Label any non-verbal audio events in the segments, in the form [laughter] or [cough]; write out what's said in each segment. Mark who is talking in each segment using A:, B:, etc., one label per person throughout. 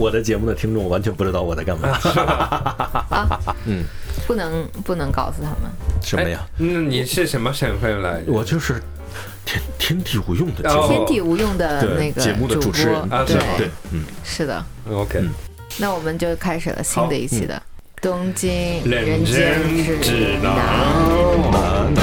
A: 我的节目的听众完全不知道我在干
B: 啊
A: 嘛，
B: 嗯，
C: 不能不能告诉他们。
A: 什么呀？
B: 哎那你是什么身份来着？
A: 我就是天天地无用的节
B: 哎哦
A: 目，
C: 天地无用的那个
A: 节目的主
C: 主
A: 持人
C: 播
B: 啊，
C: 对
B: 是吗
A: 对，嗯，
C: 是的。
B: OK，
C: 那我们就开始了新的一期
A: 嗯
C: 的《东京人
B: 人
C: 间
B: 间指
C: 指南
B: 南》。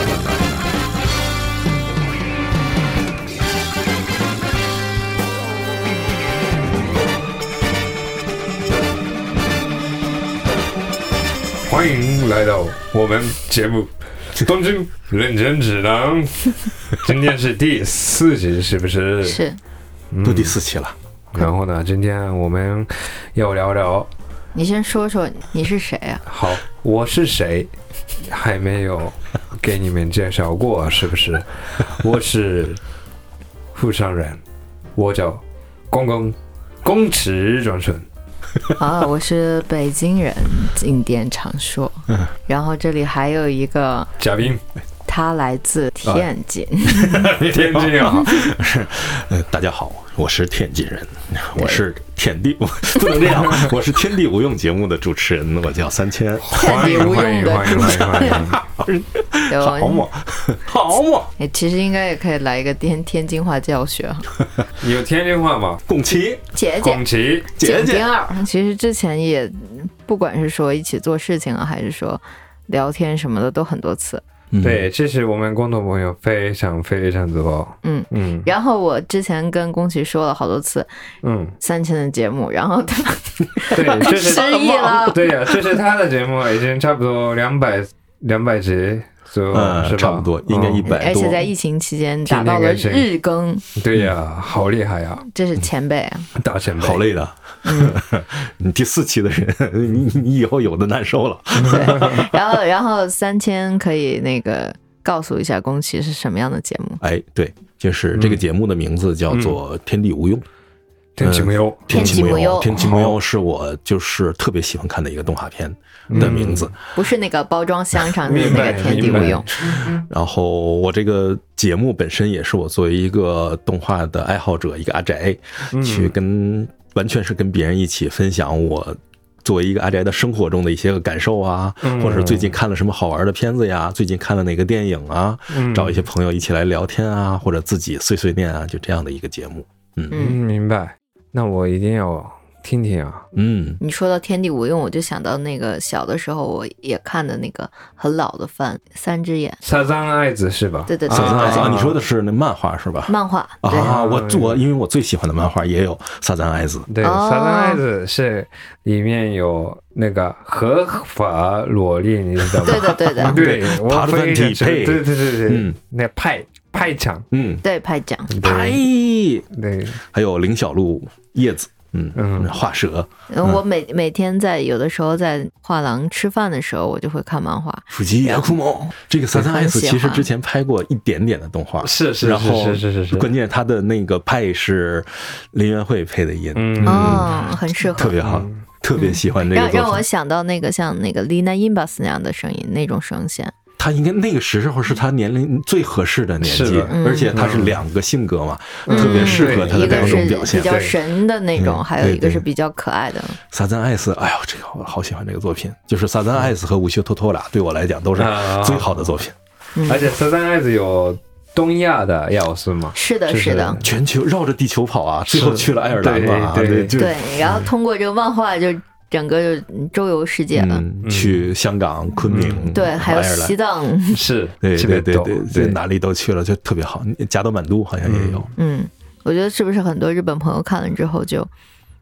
B: 欢迎来到我们节目《东京认真指南》，今天是第四集，是不是？
C: 是
A: 都第四期了，
B: 然后呢，今天我们要聊聊，
C: 你先说说你是谁
A: [laughs]
C: 啊？
B: 好，我是谁，还没有给你们介绍过，是不是？我是富商人，我叫公公公池转顺。
C: 啊，我是北京人，景点常说。
A: 嗯
C: 然后这里还有一个，
B: 嘉宾，
C: 他来自天津。
B: 天津啊，
A: [laughs] 呃，大家好，我是天津人，
B: 哎
A: 我是天地，我 [laughs] 不能这
B: [laughs]
A: 样，我是天地无用节目的主持人，我叫三千，
B: 欢迎
C: 无
B: 欢
C: 用
B: 迎
C: 的
B: 欢迎
C: 主
B: 欢
C: 持
B: 迎欢迎，
C: 对吧
A: 啊好嘛，好嘛，
C: 你其实应该也可以来一个天天津话教学，
B: 你有天津话吗？
A: 共齐
C: 姐姐
B: 宫。崎，
A: 姐
C: 丁
A: 姐，
C: 二，其实之前也，不管是说一起做事情啊，还是说聊天什么的，都很多次。
A: 嗯，
B: 对，这是我们共同朋友非常非常多。
C: 嗯
B: 嗯
C: 然后我之前跟宫崎说了好多次
B: 嗯，
C: 三千的节目，然后他 [laughs]
B: 对，这是
C: 失忆了
B: [laughs] 对呀、这是他的节目，已经差不多两百两百集左右，是
A: 嗯，
B: 吧？
A: 差不多，应该一
B: 嗯
A: 百
C: 而
A: 多
C: 且，在疫情期间达到了
B: 天天更新
C: 日更，
B: 对呀、好厉害呀、
C: 这是前辈啊。
B: 大前辈，
A: 好累的，
C: 嗯
A: [laughs] 你第四期的人， [laughs] 你你以后有的难受了，
C: 对，然后然后三千可以那个告诉一下宫崎是什么样的节目，
A: 哎，对，就是这个
B: 嗯
A: 节目的名字叫做《天地无用》。
B: 真奇妙。
A: 天气
C: 天气无忧
A: 天气无
B: 哦
A: 忧是我就是特别喜欢看的一个动画片
B: 嗯
A: 的名字。
C: 不是那个包装香肠的那
B: 明
C: 个
B: 白
C: 天地无
B: 明白
C: 用。
A: 然后我这个节目本身也是我作为一个动画的爱好者，一个阿宅，嗯
B: 嗯
A: 去跟完全是跟别人一起分享我。作为一个阿宅的生活中的一些个感受啊，
B: 嗯
A: 或者是最近看了什么好玩的片子呀，最近看了哪个电影啊，
B: 嗯
A: 找一些朋友一起来聊天啊，或者自己碎碎念啊，就这样的一个节目。
B: 嗯，
C: 嗯，
B: 明白。那我一定要听听啊。
A: 嗯，
C: 你说到天地无用，我就想到那个小的时候我也看的那个很老的番《三只眼
B: 沙赞爱子是吧？
C: 对对对
A: 小
C: 三
A: 三
C: 张
A: 爱
C: 爱
A: 子
C: 子
A: 啊，你说的是那漫画是吧》？
C: 漫画，对，
A: 啊，我
B: 嗯
A: 我因为我最喜欢的漫画也有萨赞爱子，
B: 对，
C: 哦
B: 沙赞爱子是里面有那个合法萝莉，你知道吗？
C: 对的对的，
B: [laughs] 对，我
A: 爬得
B: 非
A: 分
B: 常
A: 体
B: 喜
A: 配
B: 对对对
A: 嗯
B: 对，那派派场，
A: 嗯，
C: 对拍奖，
A: 拍，
B: 对，
A: 还有林小璐、叶子，嗯
B: 嗯
A: 画蛇，
C: 然后我每每天在有的时候在画廊吃饭的时候，我就会看漫画，
A: 腹肌也酷萌。这个三三 S
C: 很喜
A: 其
C: 欢
A: 实之前拍过一点点的动画，
B: 是是
A: 然后
B: 是是是是
A: 关键他的那个配是林元惠配的音，
B: 嗯
C: 哦，很适合
A: 特。别好，特别喜欢这个
C: 让让
A: 作
C: 我
A: 品。
C: 想到那个像那个 Lina Imbas 那样的声音，那种声线，
A: 他应该那个时候是他年龄最合适的年
B: 是
A: 纪
B: 的，嗯
A: 而且他是两个性格嘛，
C: 嗯
A: 特别适合他的
C: 一
A: 两
C: 个
A: 种
C: 是
A: 表
C: 比
A: 现。
C: 较神的那种，
A: 嗯
C: 还有一
A: 对
C: 个
A: 对
C: 是比较可爱的。
A: 萨赞艾斯，哎呦，这个我好喜欢这个作品，就是萨赞艾斯和无袖托托拉对我来讲都是
B: 啊
A: 最好的作品。
B: 而且十三爱子有东亚的要素嘛？
C: 是的，
B: 就是
C: 是的，
A: 全球绕着地球跑啊，
B: 是
A: 最后去了爱尔兰吧？啊
B: 对对
A: 就
C: 对。
A: 嗯
C: 然后通过这个漫画，就整个就周游世界了。
A: 嗯，去香港、昆
B: 嗯
A: 明，啊
C: 对，还有
A: 爱尔兰
C: 西，藏， [laughs]
B: 是，
A: 对对
B: 特别
A: 对
B: 逗
A: 对，对哪里都去了，就特别好。加德满都好像也有，
C: 嗯，我觉得是不是很多日本朋友看了之后就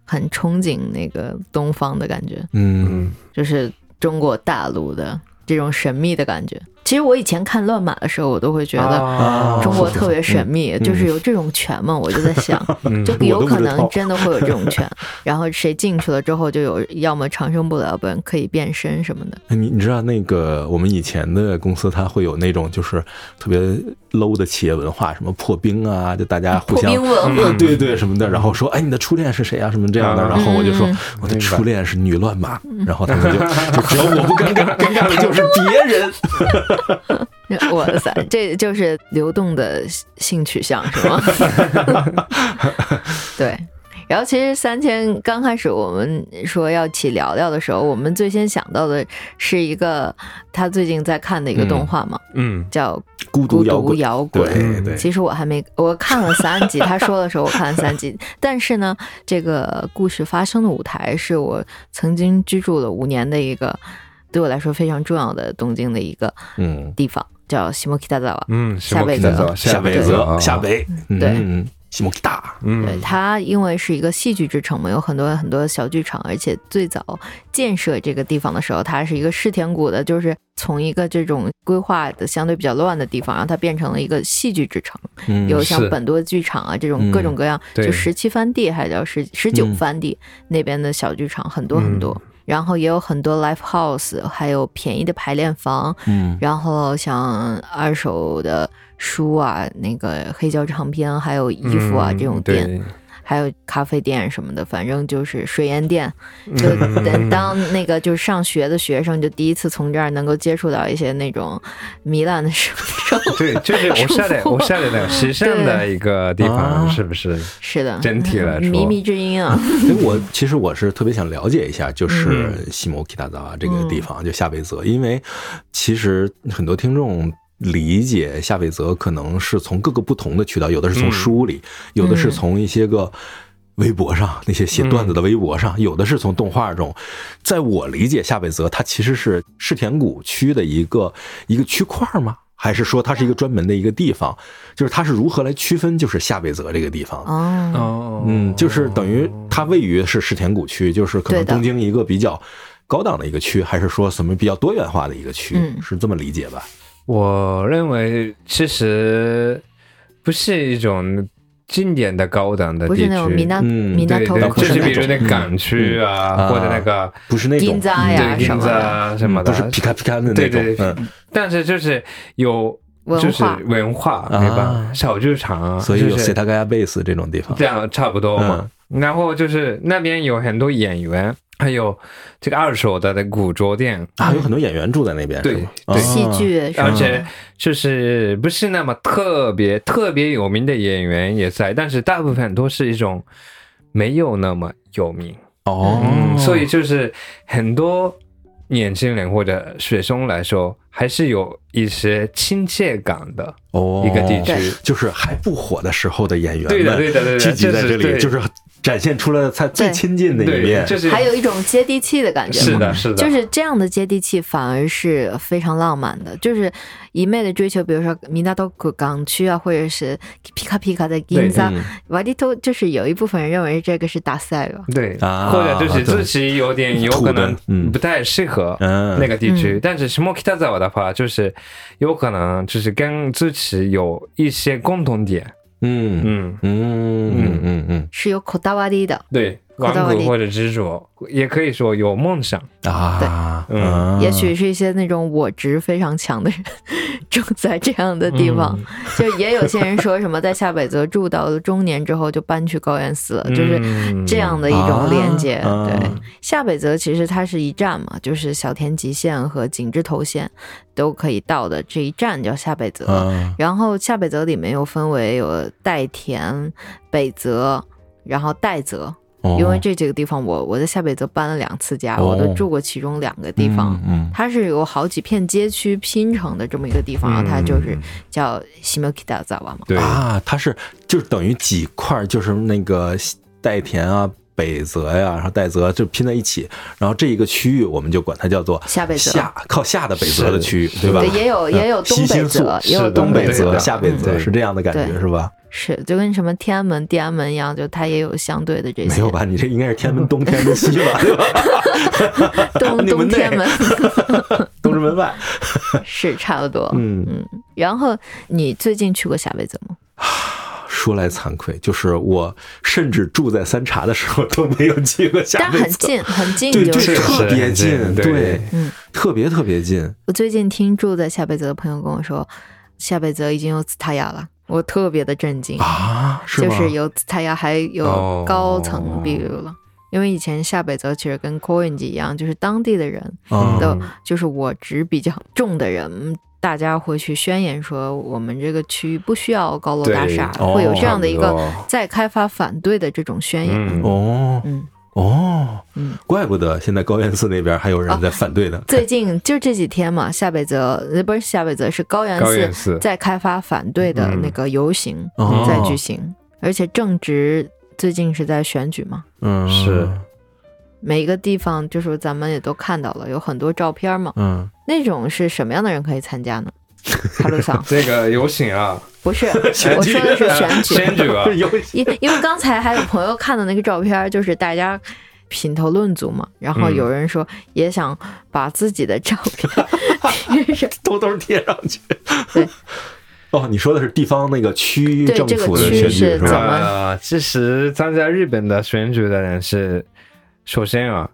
C: 很憧憬那个东方的感觉？
A: 嗯，
B: 嗯，
C: 就是中国大陆的这种神秘的感觉。其实我以前看《乱马》的时候，我都会觉得
B: 啊
C: 中国特别神秘，就是有这种权嘛，我就在想，就有可能真的会有这种权。然后谁进去了之后，就有要么长生不老，要不然可以变身什么的。
A: 哎你你知道那个我们以前的公司，它会有那种就是特别 low 的企业文化，什么破冰啊，就大家互
C: 破
A: 相
C: 冰文化，
A: 呃，对对什么的，然后说，哎，你的初恋是谁啊？什么这样的，
B: 啊
A: 然后我就说
C: 嗯嗯
A: 我的初恋是女乱马，然后他们
C: [laughs]
A: 就就只要我不尴尬，尴尬的就是别人。
C: [laughs] 哇塞，这 [laughs] 就是流动的性取向是吗？对。然后其实三千刚开始我们说要起聊聊的时候，我们最先想到的是一个他最近在看的一个动画嘛，
B: 嗯，
C: 叫
A: 孤
C: 《 [laughs] 孤
A: 独摇
C: 独
A: 滚，
C: 摇滚》。
A: 对对，
C: 其实我还没，我看了三集。他说的时候我看了三集，但是呢，这个故事发生的舞台是我曾经居住了五年的一个，对我来说非常重要的东京的一个
A: 嗯，
C: 地方，叫西莫基大瓦。
B: 嗯，
C: 下辈子啊
B: 子，
A: 夏北
B: 子啊
A: 泽，夏，北，嗯
C: 对
A: 嗯嗯西蒙大，
C: 对
B: 嗯，
C: 它，因为是一个戏剧之城嘛，有很多很多小剧场，而且最早建设这个地方的时候，它是一个世田谷的，就是从一个这种规划的相对比较乱的地方，然后它变成了一个戏剧之城，
A: 嗯
C: 有像
B: 是
C: 本多剧场啊
A: 嗯
C: 这种各种各样，
B: 对
C: 就十七番地还叫十十九
A: 嗯
C: 番地、那边的小剧场很多很多，然后也有很多 live house，还有便宜的排练房，
A: 嗯
C: 然后像二手的书啊，那个黑胶唱片，还有衣服啊、
B: 嗯
C: 这种店。
B: 对
C: 还有咖啡店什么的，反正就是水烟
B: [laughs]
C: 店。
B: 嗯
C: 就等当那个就是上学的学生，就第一次从这儿能够接触到一些那种糜烂的生活。
B: 对，就是我下的我下的那时尚的一个地方，
A: 对
B: 是不是？
C: 是
B: [laughs]
C: 的，嗯
B: 整体来说
C: 靡靡之音啊，
A: 所以我其实我是特别想了解一下，就是西摩基大杂这个地方，就夏贝泽，因为其实很多听众。理解夏贝泽可能是从各个不同的渠道，有的是从
B: 嗯
A: 书里，有的是从一些个微博上那些写段子的微博上，有的是从动画中。在我理解，夏贝泽它其实是世田谷区的一个一个区块吗？还是说它是一个专门的一个地方？就是它是如何来区分就是夏贝泽这个地方？
C: 哦，
B: 哦
A: 嗯，就是等于它位于是世田谷区，就是可能
C: 对的
A: 东京一个比较高档的一个区，还是说什么比较多元化的一个区，
C: 嗯
A: 是这么理解吧？
B: 我认为其实不是一种经典的高档的
C: 不
B: 地
C: 是那种
B: 区，
C: 糜烂
A: 嗯
C: 糜
B: 对
C: 烂头
B: 对，
C: 壳的
B: 就是
C: 那
B: 比如
C: 种。
B: 那港区啊，
A: 嗯
B: 或者那个
A: 不是那种
C: 金扎呀
A: 嗯
B: 对
C: 什
B: 银
C: 么
B: 子
C: 的
B: 啊什么
A: 嗯不是
B: 的，
A: 皮卡皮卡的那
B: 对
A: 种
B: 对，对
A: 嗯，
B: 但是就是有
C: 文
B: 就是
C: 化
B: 文化，
A: 啊
B: 对吧？小剧场，
A: 所以有
B: 就是
A: s e t a g a Base 这种地方
B: 这，样差不多嘛。
A: 嗯
B: 然后就是那边有很多演员，还有这个二手的的古着店，
A: 啊，有很多演员住在那边，
B: 对
A: 是吗啊
B: 对
C: 戏，剧什么
B: 哦而
C: 的，
B: 且就是不是那么特别特别有名的演员也在，但是大部分都是一种没有那么有名。
A: 啊哦，
B: 嗯，所以就是很多年轻人或者学生来说，还是有一些亲切感的
A: 哦
B: 一个地区。
C: 对
A: 就是还不火的时候的演员
B: 对的，对
A: 们
B: 的，对的，
A: 聚集在
B: 是
A: 这里，
B: 对
A: 就是展现出了他最
C: 对
A: 亲近的一
B: 对，
A: 面，
B: 就是
C: 还有一种接地气的感觉。
B: 是的，是的，
C: 就是这样的接地气，反而是非常浪漫的。就是一昧的追求，比如说米纳多古港区啊，或者是皮卡皮卡的
B: 对
C: 金萨，
A: 嗯
C: 瓦里头就是有一部分人认为这个是大赛吧。
B: 对，
A: 啊
B: 或者就是自己有点有可
A: 土
B: 能
A: 的嗯
B: 不太适合
A: 嗯
B: 那个地区，
C: 嗯
B: 但是什么 k i t a 的话，就是有可能就是跟自己有一些共同点，
A: 嗯
B: 嗯，
A: 嗯嗯嗯嗯
C: 是有口大瓦利的，
B: 对，顽
C: 口袋
B: 固
C: 里
B: 或者执着，也可以说有梦想，
A: 嗯啊，
B: 对嗯
A: 啊
C: 也许是一些那种我执非常强的人 [laughs] 住在这样的地
B: 嗯
C: 方。就也有些人说什么在下北泽住到了中年之后就搬去高原寺
B: [laughs]
A: 嗯
C: 了，就是
B: 是
C: 这样的一种连接。
A: 啊
C: 对
A: 嗯，
C: 下北泽其实它是一站嘛，就是小田急线和景之头线都可以到的这一站叫下北泽。
A: 啊
C: 然后下北泽里面又分为有代田、北泽，然后代泽。
A: 哦
C: 因为这几个地方我我在下北泽搬了两次家，我
A: 哦
C: 都住过其中两个地方。
A: 嗯，
C: 它是有好几片街区拼成的这么一个地方，然后它就是叫西莫基达扎瓦嘛。
A: 嗯
B: 对
A: 啊，它是就是等于几块，就是那个代田啊、北泽呀、然后代泽就拼在一起，然后这一个区域我们就管它叫做
C: 下北泽
A: 下靠下的北泽的区域，对吧？
C: 对，也有也有
A: 嗯
C: 东
A: 西
C: 北
A: 新宿
C: 泽，也
B: 是
C: 有
B: 的
C: 东
A: 北
B: 对
A: 泽、
B: 的
C: 泽，
A: 下北泽
B: 嗯
A: 是这样的感觉
C: 对
A: 是吧？
C: 是就跟什么天安门、地安门一样，就它也有相对的这些。
A: 没有吧？你这应该是天安门东、天安门西吧？对吧？
C: 东
A: [laughs] 你们
C: 东
A: 那
C: 天门
A: 东直门
C: [laughs]
A: 外，
C: 是差不多。
A: 嗯。
C: 然后你最近去过下北泽吗？
A: 说来惭愧，就是我甚至住在三茶的时候都没有去过下
C: 但
A: 北
C: 很
A: 泽，
C: 近，
A: [laughs]
C: 很近
A: 对，
C: 就
A: 对，
B: 是
A: 特别近，
B: 很近对
A: 对
C: 嗯，
A: 特别特别近。
C: 我最近听住在下北泽的朋友跟我说，下北泽已经有紫塔雅了，我特别的震惊，
A: 啊，是
C: 就
A: 吗？
C: 是有紫塔雅，还
B: 哦
C: 有高层 b 楼了。因为以前下北泽其实
B: 嗯
C: 跟 Coinji 一样，就是当地的人
A: 啊
C: 的，就是我值比较重的人，大家会去宣言说，我们这个区域不需要高楼
B: 对
C: 大厦，
A: 哦
C: 会有这样的一
B: 差
C: 个
B: 不多
C: 再开发反对的这种宣言。
B: 嗯
A: 哦
C: 嗯
A: 哦
C: 嗯，哦
A: 怪不得现在高院寺那边还有人在反对呢。
C: 最近就这几天嘛，夏北泽呃不是夏北泽是高原
B: 高
C: 寺
B: 院寺嗯
C: 在开发反对的那个游行、
A: 哦
C: 在举行，而且正值最近是在选举嘛，
A: 嗯，
B: 是
C: 每一个地方就是咱们也都看到了，有很多照片嘛。
A: 嗯，
C: 那种是什么样的人可以参
B: [laughs]
C: 加呢？哈鲁桑
B: 这个游行啊，
C: 不
B: [laughs]
C: 是，
B: 选
C: 我
B: 举
C: 说的是选举，
B: [laughs] 选举啊，
A: [laughs] 有
C: 因因为刚才还有朋友看的那个照片，就是大家品头论足嘛，然后
B: 嗯
C: 有人说也想把自己的照片贴上，
A: 偷偷贴上去。
C: 对。
A: [laughs] 哦，你说的是地方那个区
C: 对
A: 政府的
C: 这
A: 选举
C: 个区是
A: 是
C: 怎
A: 吧？
C: 么
B: 呃，其实参加日本的选举的人是，首先啊，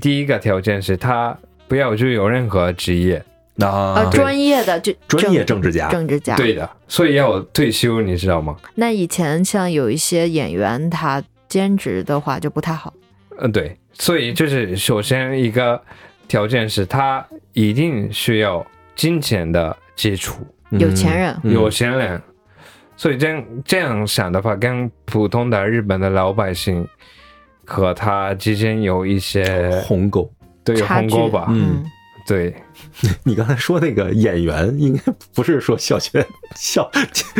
B: 第一个条件是他不要具有任何职业，
A: 那
C: 呃，专业的就
A: 啊专业政治家
C: 政治家。
B: 对的，所以要有退休，你知道吗？
C: 那以前像有一些演员，他兼职的话就不太好。
B: 嗯，对，所以就是首先一个条件是他一定需要金钱的基础，
C: 有钱人
A: 嗯
B: 有钱人。所以这样这样想的话，跟普通的日本的老百姓和他之间有一些
A: 鸿沟。
B: 对
C: 差
B: 鸿
C: 距
B: 沟吧？
A: 嗯，
B: 对，
A: 你刚才说那个演员，应该不是说小学 [laughs] 校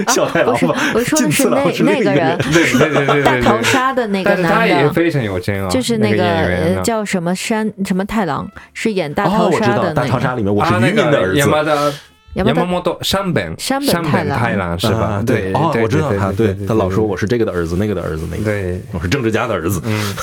A: 校太郎
C: 啊不是
A: 吧？，
C: 我说的
A: 近
C: 是
A: 次郎
C: 那
A: 是
C: 那
A: 另一
C: 个
A: 个
C: 人
A: 人，
B: 对对对对
C: 大
B: 对
C: 头
B: 对。
C: 纱的那个
B: 但是他
C: 男
B: 也
C: 的。
B: 非常有钱啊，
C: 就是
B: 那
C: 个
B: 演员啊
C: 呃
B: 呢
C: 叫什么山什么太郎，是演大
A: 哦，
C: 逃
A: 我知
C: 杀
A: 道
C: 的
A: 《大
C: 那
A: 逃杀
C: 个，》
A: 里面我是
B: 啊
A: 渔
B: 那
A: 民的儿
B: 个
A: 子，
B: 山的
C: 要不然
B: 山
C: 他
B: 本山本
C: 山本
B: 山
C: 太
B: 本
C: 郎
B: 太郎是吧
A: 啊？
B: 对，
A: 哦，
B: 对
A: 我知道他，
B: 对
A: 他老说我是这个的儿子，那个的儿子，那个
B: 对，
A: 我是政治家的儿子，
B: 嗯。
A: [laughs]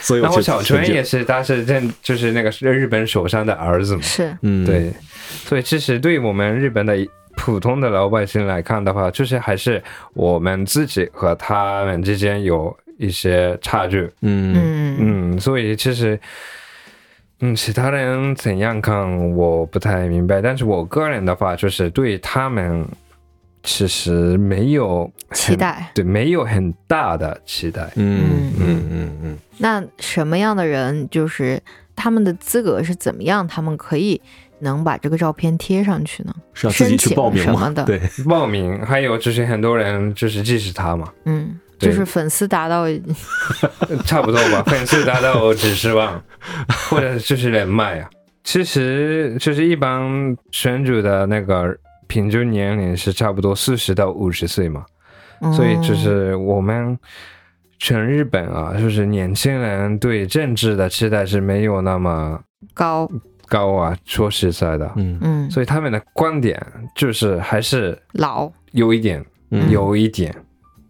A: 所以
B: 然后
A: 我
B: 小
A: 纯
B: 泉也，是，他是这就是那个日本首相的儿子嘛，
C: 是
A: 嗯，，
B: 对，所以其实对我们日本的普通的老百姓来看的话，就是还是我们自己和他们之间有一些差距，
A: 嗯
C: 嗯
B: 嗯，所以其实，嗯，其他人怎样看我不太明白，但是我个人的话，就是对他们其实没有很
C: 期，待。
B: 对，没有很大的期待。
A: 嗯
B: 嗯
A: 嗯嗯嗯，
C: 那什么样的人就是他们的资格是怎么样？他们可以能把这个照片贴上去呢？
A: 是要自己去报名
C: 申请什
A: 吗
C: 么？的
A: 对，
B: 报名还有就是很多人就是支持他嘛， [laughs]
C: 嗯，
B: 对
C: 就是粉丝达到
B: 差不多吧，粉丝达到指示望， [laughs] 或者就是人脉啊。其实就是一般选举的那个平均年龄是差不多四十到五十岁嘛。所以就
C: 嗯
B: 是我们全日本啊，就是年轻人对政治的期待是没有那么
C: 高，
B: 高啊。说实在的，
A: 嗯
C: 嗯，
B: 所以他们的观点就是还是
C: 老，
B: 有一点，
A: 嗯
B: 有一点，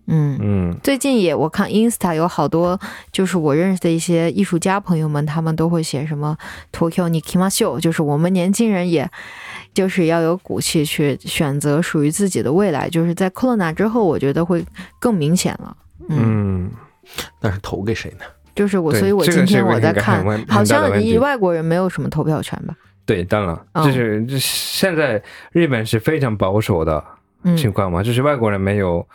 C: 嗯。
B: 嗯
C: 最近也我看 Insta 有好多，就是我认识的一些艺术家朋友们，他们都会写什么 “Tokyo ni kimasho”，就是我们年轻人也，就是要有骨气去选择属于自己的未来。就是在 Corona 之后，我觉得会更明显了。嗯
B: 嗯，
A: 但是投给谁呢？
C: 就是我，
B: 对
C: 所以我
B: 这个
C: 今天
B: 是
C: 我
B: 一
C: 在
B: 个
C: 看
B: 很问，
C: 好
B: 很大的
C: 像
B: 问
C: 以
B: 题
C: 外国人没有什么投票权吧？
B: 对，当然
C: 嗯
B: 就是就是现在日本是非常保守的
C: 嗯，
B: 情况嘛，就是外国人没有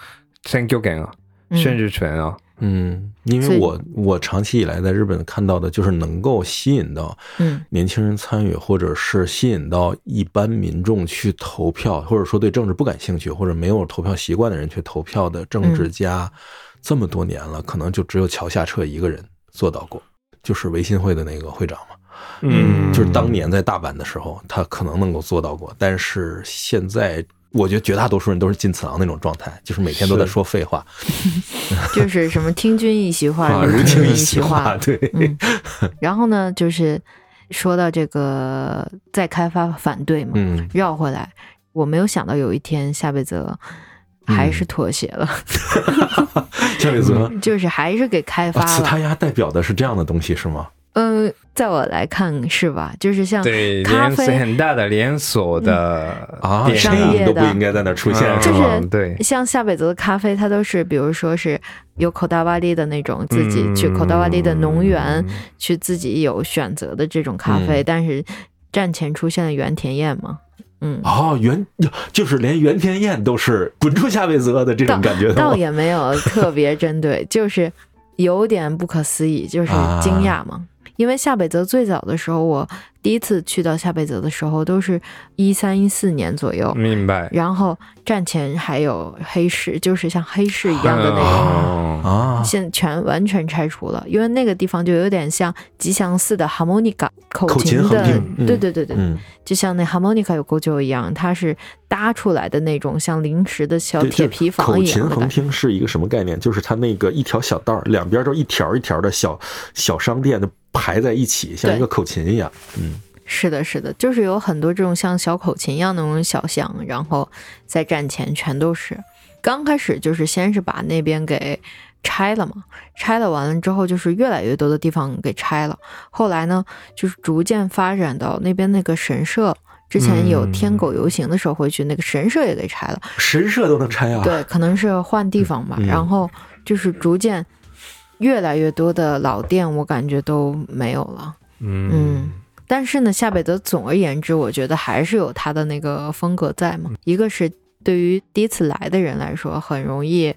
B: 选举权啊，
C: 嗯
B: 选举权啊，
A: 嗯，因
C: 所
A: 为
C: 以
A: 我我长期以来在日本看到的就是能够吸引到
C: 嗯
A: 年轻人参与，或者是吸引到一般民众去投票，或者说对政治不感兴趣或者没有投票习惯的人去投票的政治家，
C: 嗯
A: 这么多年了，可能就只有桥下彻一个人做到过，就是维新会的那个会长嘛，
C: 嗯
A: 就是当年在大阪的时候，他可能能够做到过，但是现在。我觉得绝大多数人都是金次郎那种状态，就是每天都在
B: 是
A: 说废话
C: 就是什么听君一席
B: [laughs]
C: 话， [laughs]
A: 啊，如
C: 听
A: 听一
C: 席
A: 席话，。 [laughs] 对，
C: 嗯，然后呢，就是说到这个再开发反对嘛， [laughs]
A: 嗯，
C: 绕回来，我没有想到有一天夏贝泽还
B: 嗯
C: 是妥协了， [laughs]
A: 夏伟泽，
C: 就是还是给
B: 哦
C: 开嗯发
A: 啊，此
C: 了。
A: 他鸭代表的是这样的东西是吗？
C: 嗯，在我来看是吧？就是像
B: 对，
C: 咖
B: 连锁
C: 啡
B: 很大的连锁的
A: 啊，
B: 店
A: 这
C: 商业
A: 样都
C: 的
A: 不应该在那儿出现
B: 嗯
A: 是
C: 就
A: 吗？
C: 是
B: 对，
C: 像夏北泽的咖啡，它都是比如说是有口大洼地的那种，自己去口大洼地的农园、
B: 嗯
C: 去自己有选择的这种咖啡，
A: 嗯
C: 但是战前出现了原田彦嘛，嗯，
A: 哦，原 [laughs] 就是连原田彦都是 [laughs] 滚出夏威泽的这种感觉的
C: 倒
A: 吗？[laughs]
C: 也
A: 啊
C: 没有特别针对，就是有点不可思议，就是惊讶嘛。因为下北泽最早的时候，我第一次去到下北泽的时候都是一三一四年左右，
A: 嗯
B: 明白。
C: 然后站前还有黑市，就是像黑市一样的那种。
B: 哦，
A: 啊，
C: 现全完全拆除了，因为那个地方就有点像吉祥寺的 harmonica 口
A: 口琴
C: 的
A: 横屏，
B: 嗯
C: 对对对对，
A: 嗯，
C: 就像那 harmonica 有勾阄一样，它是搭出来的那种像临时的小
A: 对
C: 铁
A: 这
C: 皮房
A: 口
C: 一
A: 琴
C: 样的
A: 横
C: 感觉。
A: 厅是一个什么概念？就是它那个一条小道儿，两边都一条一条的小小商店的排在一起，像
C: 对
A: 一个口琴一样。嗯，
C: 是的，是的，就是有很多这种像小口琴一样的那种小巷，然后在站前全都是。刚开始就是先是把那边给拆了嘛，拆了完了之后就是越来越多的地方给拆了。后来呢，就是逐渐发展到那边那个神社，之前
A: 嗯
C: 有天狗游行的时候会去，那个神社也给拆了。
A: 神社都能拆啊。
C: 对，可能是换地方吧。
A: 嗯
C: 然后就是逐渐越来越多的老店，我感觉都没有了。
B: 嗯，
C: 但是呢，夏北泽总而言之，我觉得还是有它的那个风格在
A: 嗯
C: 嘛。一个是对于第一次来的人来说，很容易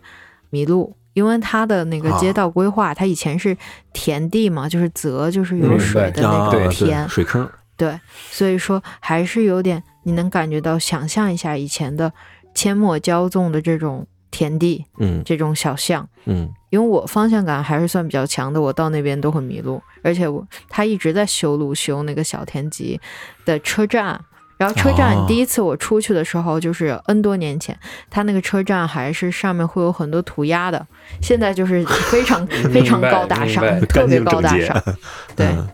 C: 迷路，因为它的那个街道规划，它以前是田地嘛，就是泽，就是有
B: 明
C: 水
B: 白
C: 的那
A: 啊，
C: 个
A: 对，
C: 田，
A: 水坑，
C: 所以说还是有点，你能感觉到，想象一下以前的阡陌交纵的这种田地，
A: 嗯
C: 这种小巷。
A: 嗯，
C: 因为我方向感还是算比较强的，我到那边都会迷路，而且我他一直在修路，修那个小田急的车站。然后车站
A: 哦
C: 第一次我出去的时候，就是 N 多年前，他那个车站还是上面会有很多涂鸦的，现在就是
A: [laughs]
C: 非常非常高大上
B: 明白明，白
C: 特别
A: 干净
C: 高大
A: 整洁
C: 上，
A: [laughs]
C: 对，
A: 嗯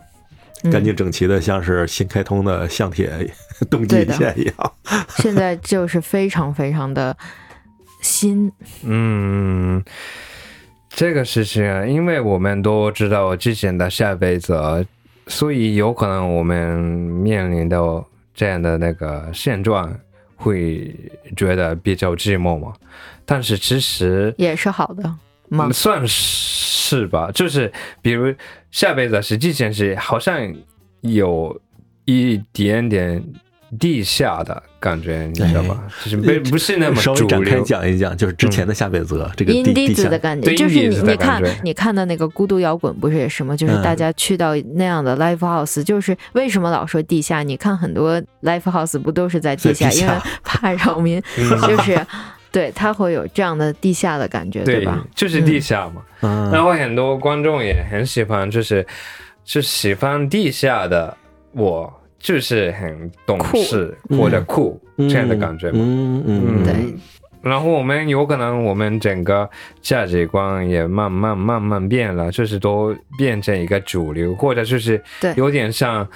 C: 嗯
A: 干净整齐的，像是新开通的相铁 [laughs] 冬季
C: 对的
A: 线一样。
C: 现在就是非常非常的新，
B: 嗯，这个事情，因为我们都知道之前的下辈子，所以有可能我们面临到这样的那个现状，会觉得比较寂寞嘛。但是其实
C: 也是好的吗
B: 嗯？算是吧，就是比如下辈子实际上是好像有一点点地下的感觉，你知道吧？就是
A: 对
B: 不不是那么
A: 稍微
B: 主
A: 展开
B: 流。嗯
A: 讲一讲，就是之前的夏北泽这个
C: 阴
A: 地
C: 滴
A: 地
C: 子
A: 下
C: 的感觉，
B: 对
C: 就是
B: 阴
C: 你
B: 滴子
C: 你
B: 的感
C: 看
B: 觉
C: 你看的那个《孤独摇滚》不是也是吗？就是大
A: 嗯
C: 家去到那样的 live house，就是为什么老说地下？你看很多 live house 不都是在地
A: 在
C: 下，
A: 地
C: 因为
A: 下
C: 怕扰民，
B: 嗯
A: 嗯
C: 就是对它会有这样的地下的感觉，
B: 对
C: 吧？，
B: 就是地下嘛。然
A: 嗯，
B: 后很多观众也很喜欢，就是是喜欢地下的我，就是很懂事
A: 酷
B: 或者酷、这嗯样的感觉嘛。
A: 嗯嗯，
B: 嗯，
A: 嗯
C: 对。
B: 然后我们有可能，我们整个价值观也慢慢慢慢变了，就是都变成一个主流，或者就是
C: 对
B: 有点像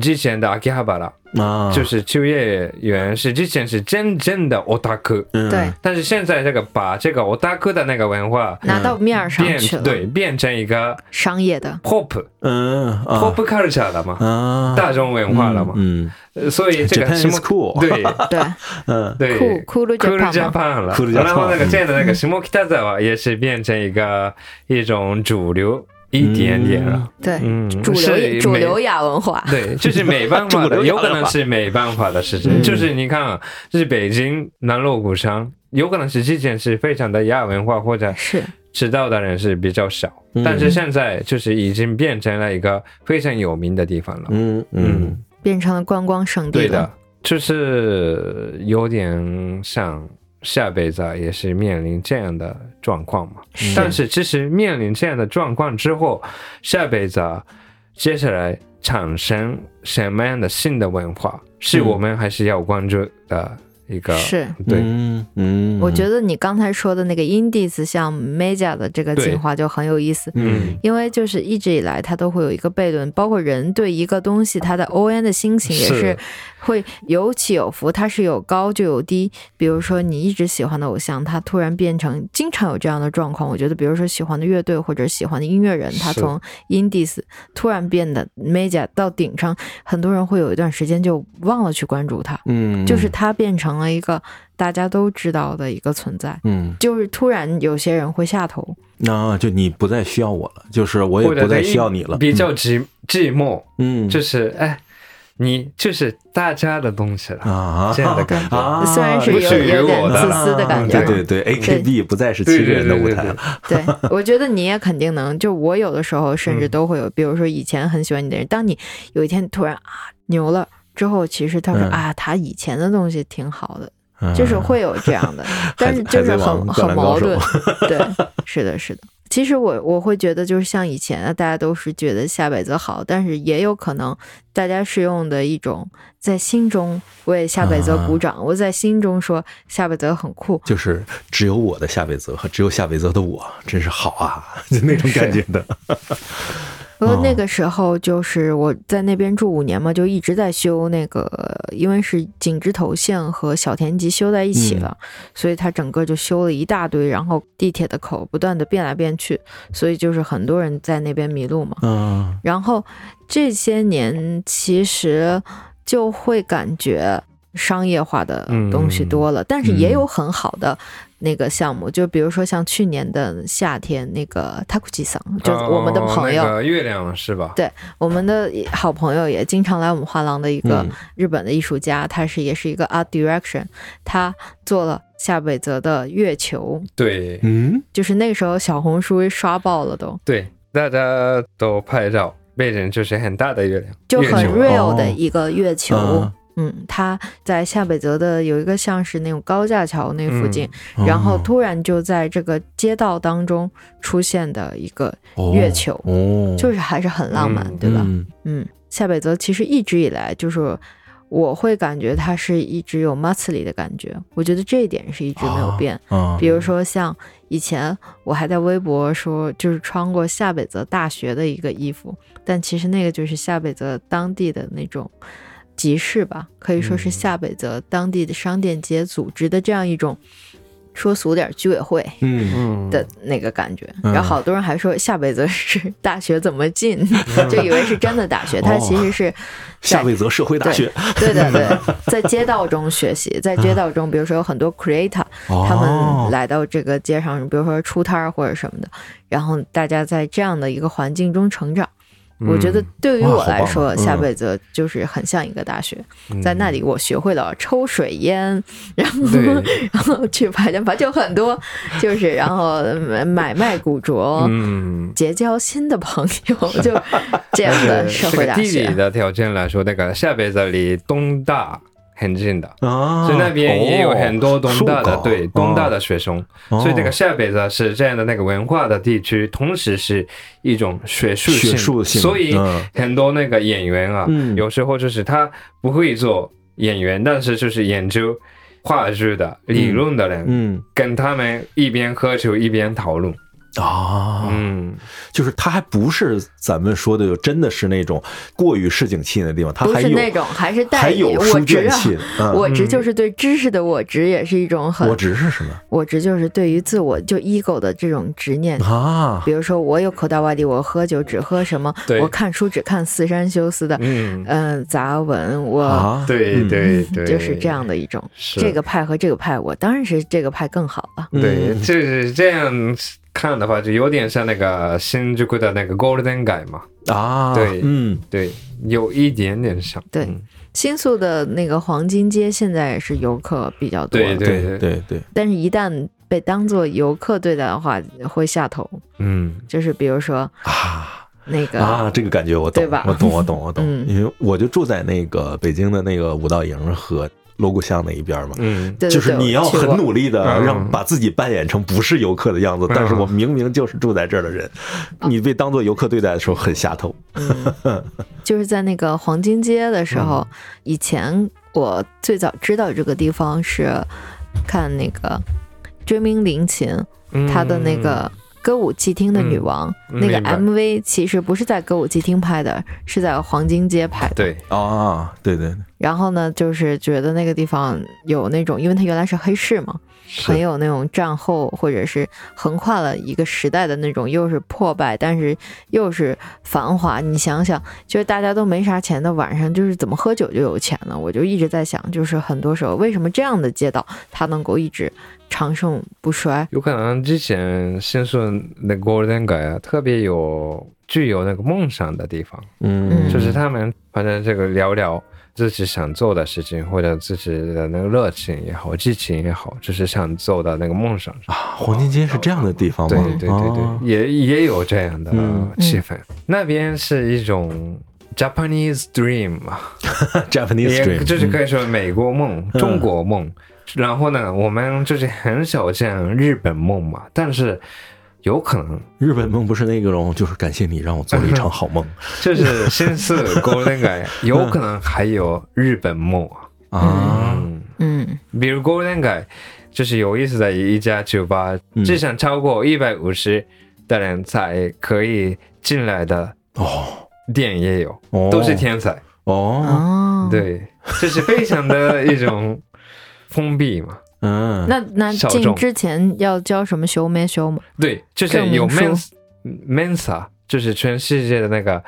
B: 之前的 Akihabara，、
A: 啊，
B: 就是秋叶原是之前是真正的 otaku，
A: 嗯
C: 对，
B: 但是现在这个把这个 otaku 的那个文化
C: 拿到面儿上
B: 变
C: 去了，
B: 对啊变成一个
C: 商业的
B: pop
A: 嗯啊
B: pop culture 了嘛，
A: 啊，
B: 大众文化了嘛，
A: 嗯，
B: 呃所以这个
A: Japan
B: 什
A: is
B: 么
A: cool
B: 对
C: 对
A: 嗯
B: 对
C: 酷酷的
B: Cool
C: Japan 嘛
B: Japan 了
A: Cool，Japan，
B: 然后那个
A: 嗯
B: 这样的那个什么 k i t a z 也是变成一个一种主流一点点了，
C: 对
B: 嗯，
C: 主
B: 是
C: 流主
B: 美
C: 流亚文化， [laughs]
B: 对，就是没办
A: 主
B: 法
A: 流亚
B: 的，有可
A: 文
B: 能
A: 化
B: 是没办法的事
C: 嗯
B: 情。就是你看啊，就是北京南锣鼓巷，有可能是之前是非常的亚文化或者
C: 是
B: 知道的人是比较少，
A: 嗯
B: 但是现在就是已经变成了一个非常有名的地方了。
A: 嗯嗯
C: 变成了观光圣地
B: 对的
C: 了。，
B: 就是有点像下辈子啊也是面临这样的状况嘛。
A: 嗯
C: 是
B: 但是其实面临这样的状况之后，下辈子啊接下来产生什么样的新的文化，是
A: 嗯
B: 我们还是要关注的一个。
C: 是，
B: 对，
A: 嗯嗯，
C: 我觉
A: 得
C: 得你刚才说的那个 Indies 像 Meja 的这个
B: 对
C: 进化就很有意思，
A: 嗯
C: 因为就是一直以来它都会有一个悖论，包括人对一个东西它的 O N 的心情也是
B: 啊是
C: 会有起有伏，它是有高就有低。比如说你一直喜欢的偶像，他突然变成，经常有这样的状况。我觉得，比如说喜欢的乐队或者喜欢的音乐人，他
B: 是
C: 从 Indies 突然变得 Meja 到顶上，很多人会有一段时间就忘了去关注他，
A: 嗯
C: 就是它变成了一个大家都知道的一个存在。
A: 嗯
C: 就是突然有些人会下头，
A: 啊，就你不再需要我了，就是我也
B: 或者
A: 不再
B: 他一
A: 需要你了，
B: 比较寂寂寞，
A: 嗯
B: 就是哎，你就是大家的东西了，
A: 啊
B: 这样的感觉。
A: 啊，
C: 虽然是
B: 不
C: 有
B: 属于
C: 有点
B: 我的
C: 自私的感觉，
A: 对对对，AKB 不再是七
B: 对
A: 个
B: 对
A: 人的
B: 对
A: 舞
B: 对
A: 台
B: 对
A: 了，，
C: 对，我觉得你也肯定能。就我有的时候甚至都会有，比如说以前很喜欢你的人，当你有一天突然啊牛了之后，其实他说、
A: 嗯
C: 啊，他以前的东西挺好的，
A: 嗯
C: 就是会有这样的，但是就是
A: 海贼王
C: 很
A: 灌
C: 很
A: 篮高
C: 矛
A: 手 [laughs]
C: 盾。对，是的，是的。其实我我会觉得，就是像以前啊，大家都是觉得下辈子好，但是也有可能大家是用的一种在心中为下辈
A: 啊
C: 子鼓掌，我在心中说下辈子很酷，
A: 就是只有我的夏贝泽和只有夏贝泽的我，真是好
C: [laughs]
A: 啊，就那种感觉的。
C: 不过
B: 嗯
C: 那
A: 哦
C: 个时候就是我在那边住五年嘛，就一直在修那个，因为是井之头线和小田急修在一
B: 嗯
C: 起了，所以它整个就修了一大堆，然后地铁的口不断的变来变去，所以就是很多人在那边迷路嘛。
A: 嗯
C: 然后这些年其实就会感觉商业化的
B: 嗯
C: 东西多了，但是也有很好的那个项目，就比如说像去年的夏天那个 Takuchi 桑，就我们的朋友。
B: 哦那个月亮是吧？
C: 对我们的好朋友也经常来我们画廊的一个
A: 嗯
C: 日本的艺术家，他是也是一个 art direction，他做了夏北泽的月球，
B: 对
A: 嗯，
C: 就是那个时候小红书刷爆了都，
B: 对，大家都拍照，背景就是很大的月亮，
C: 就
B: 月
C: 很
B: 球
C: real 的
A: 哦
C: 一个月球。
A: 嗯
C: 嗯，他在夏北泽的有一个像是那种高架桥那附近，
A: 哦
C: 然后突然就在这个街道当中出现的一个月球，
A: 哦，
C: 就是是还是很浪漫，
B: 嗯
C: 对吧？
A: 嗯
C: 嗯，夏北泽其实一直以来就是，我会感觉它是一直有 m a s l y 的感觉，我觉得这一点是一直没有变。
A: 啊
C: 比如说像以前我还在微博说，就是穿过夏北泽大学的一个衣服，但其实那个就是夏北泽当地的那种集市吧，可以说是
B: 嗯
C: 夏北泽当地的商店街组织的这样一种，说俗点儿居委会。
A: 嗯
B: 嗯
C: 的那个感觉，
A: 嗯
C: 然后好多人还说夏北泽是 [laughs] 大学怎么进，就以为是真的大学，
A: 哦
C: 它其实是
A: 夏贝泽社会大学，
C: 对的，对，
A: [laughs]
C: 在街道中学习，在街道中，比如说有很多 creator，他们
A: 哦
C: 来到这个街上，比如说出摊儿或者什么的，然后大家在这样的一个环境中成长。
B: 嗯
C: 我觉得对于
A: 嗯哇
C: 我
A: 好
C: 来
A: 棒
C: 说，
A: 嗯
C: 夏贝泽就是很像一个大学，
B: 嗯
C: 在那里我学会了抽水烟，然后 [laughs]
B: 对，
C: 然后去排练吧，就很多，就是然后买买卖古着。
B: 嗯，
C: 结交新的朋友，
A: [laughs]
C: 就这样的社
B: 这
C: 会
B: 个
C: 大啊
B: 地
C: 学
B: 理，的条件来说，那个下辈子离东大很近的。
A: 啊，
B: 所以那边也有很多东大的，
A: 哦
B: 对东大的，学生，
A: 树高
B: 所以这个下北泽是这样的那个文化的地区，同时是一种学术性，
A: 学术性
B: 所以
A: 嗯
B: 很多那个演员啊，
A: 嗯
B: 有时候就是他不会做演员，但是就是研究话剧的理论的人，
A: 嗯
B: 跟他们一边喝酒一边讨论，
A: 啊，
B: 嗯，
A: 就是它还不是咱们说的，真的是那种过于市井气的地方，它
C: 不
A: 还
C: 是
A: 有
C: 那种，还是
A: 还
C: 带
A: 有
C: 我
A: 书
C: 知
A: 卷
C: 啊，
A: 气的，嗯
C: 我执就是对知识的我执，也是一种很
A: 我只是什么
C: 我执就是对于自我就 ego 的这种执
A: [laughs]
C: 念。
A: 啊？
C: 比如说，我有口袋外地，我喝酒只喝什么？
B: 对
C: 我看书只看四山修斯的，
A: [laughs]
B: 嗯，
C: 嗯、杂文。我、
A: 啊，
B: 对
A: 嗯
B: 对对，
C: 就是这样的一种，
B: 是，
C: 这个派和这个派，我当然是这个派更好了。
B: 对，
A: 嗯
B: 就是这样看的话，就有点像那个新宿的那个 Golden 街嘛，
A: 啊，
B: 对
A: 嗯，
B: 对，有一点点像，
C: 对
B: 嗯
C: 新宿的那个黄金街现在也是游客比较多了，
B: 对
A: 对对对，
C: 但是一旦被当做游客对待的话，会下头。
B: 嗯，
C: 就是比如说
A: 啊
C: 那个，
A: 啊，这个感觉我懂，
C: 对吧
A: 我懂，我懂，我懂，
C: 嗯
A: 因为我就住在那个北京的那个五道营和锣鼓巷那一边嘛。
B: 嗯，
C: 对对对，
A: 就是你要
C: 我去
A: 很
C: 过
A: 努力的
B: 嗯
A: 让把自己扮演成不是游客的样子，
B: 嗯
A: 但是我明明就是住在这儿的人，
C: 哦
A: 你被当做游客对待的时候很下头。
C: 嗯，就是在那个黄金街的时候，以前我最早知道这个地方是看那个追名林琴
B: 嗯
C: 她的那个。歌舞伎町的女王，
B: 嗯
C: 那个
B: 明白
C: MV 其实不是在歌舞伎町拍的，是在黄金街拍的。
B: 嗯对，
A: 啊，对对，
C: 然后呢，就是觉得那个地方有那种，因为它原来是黑市嘛，很有那种战后或者是横跨了一个时代的那种，又是破败，但是又是繁华。你想想，就是大家都没啥钱的晚上，就是怎么喝酒就有钱呢？我就一直在想，就是很多时候为什么这样的街道它能够一直长盛不衰？
B: 有可能之前新宿的 Golden 街啊，特别有具有那个梦想的地方，
A: 嗯
C: 嗯
B: 就是他们反正这个聊聊自己想做的事情，或者自己的那个热情也好、激情也好，就是想做的那个梦想上。
A: 啊，黄金街是这样的地方
B: 对
A: 吗？
B: 对对对，
A: 啊
B: 也也有这样的
A: 嗯
B: 气氛。那边是一种 Japanese dream 啊嘛，
A: ，Japanese
B: 也
A: dream，
B: 就是可以说美国梦、
A: 嗯
B: 中国梦。然后呢，我们就是很少见日本梦嘛，但是有可能
A: 日本梦不是那种，就是感谢你让我做了一场好梦
B: 就是先是国内
A: [laughs] 嗯
B: 感，有可能还有日本梦啊。
A: 啊，
B: 嗯，
C: 嗯
B: 比如 Golden Guy，就是有意思的一家酒吧，
A: 嗯
B: 至少超过一百五十的人才可以进来的
A: 哦，
B: 店也有，
A: 哦
B: 都是天才。
A: 哦，
C: 哦，，
B: 对，这是非常的一种封闭嘛。
A: 嗯，
C: 那那
B: 小
C: 进
B: 众
C: 之前要交什么修没修吗？
B: 对，就是
C: 更
B: 有
C: 明说
B: mens mensa，就是全世界的那个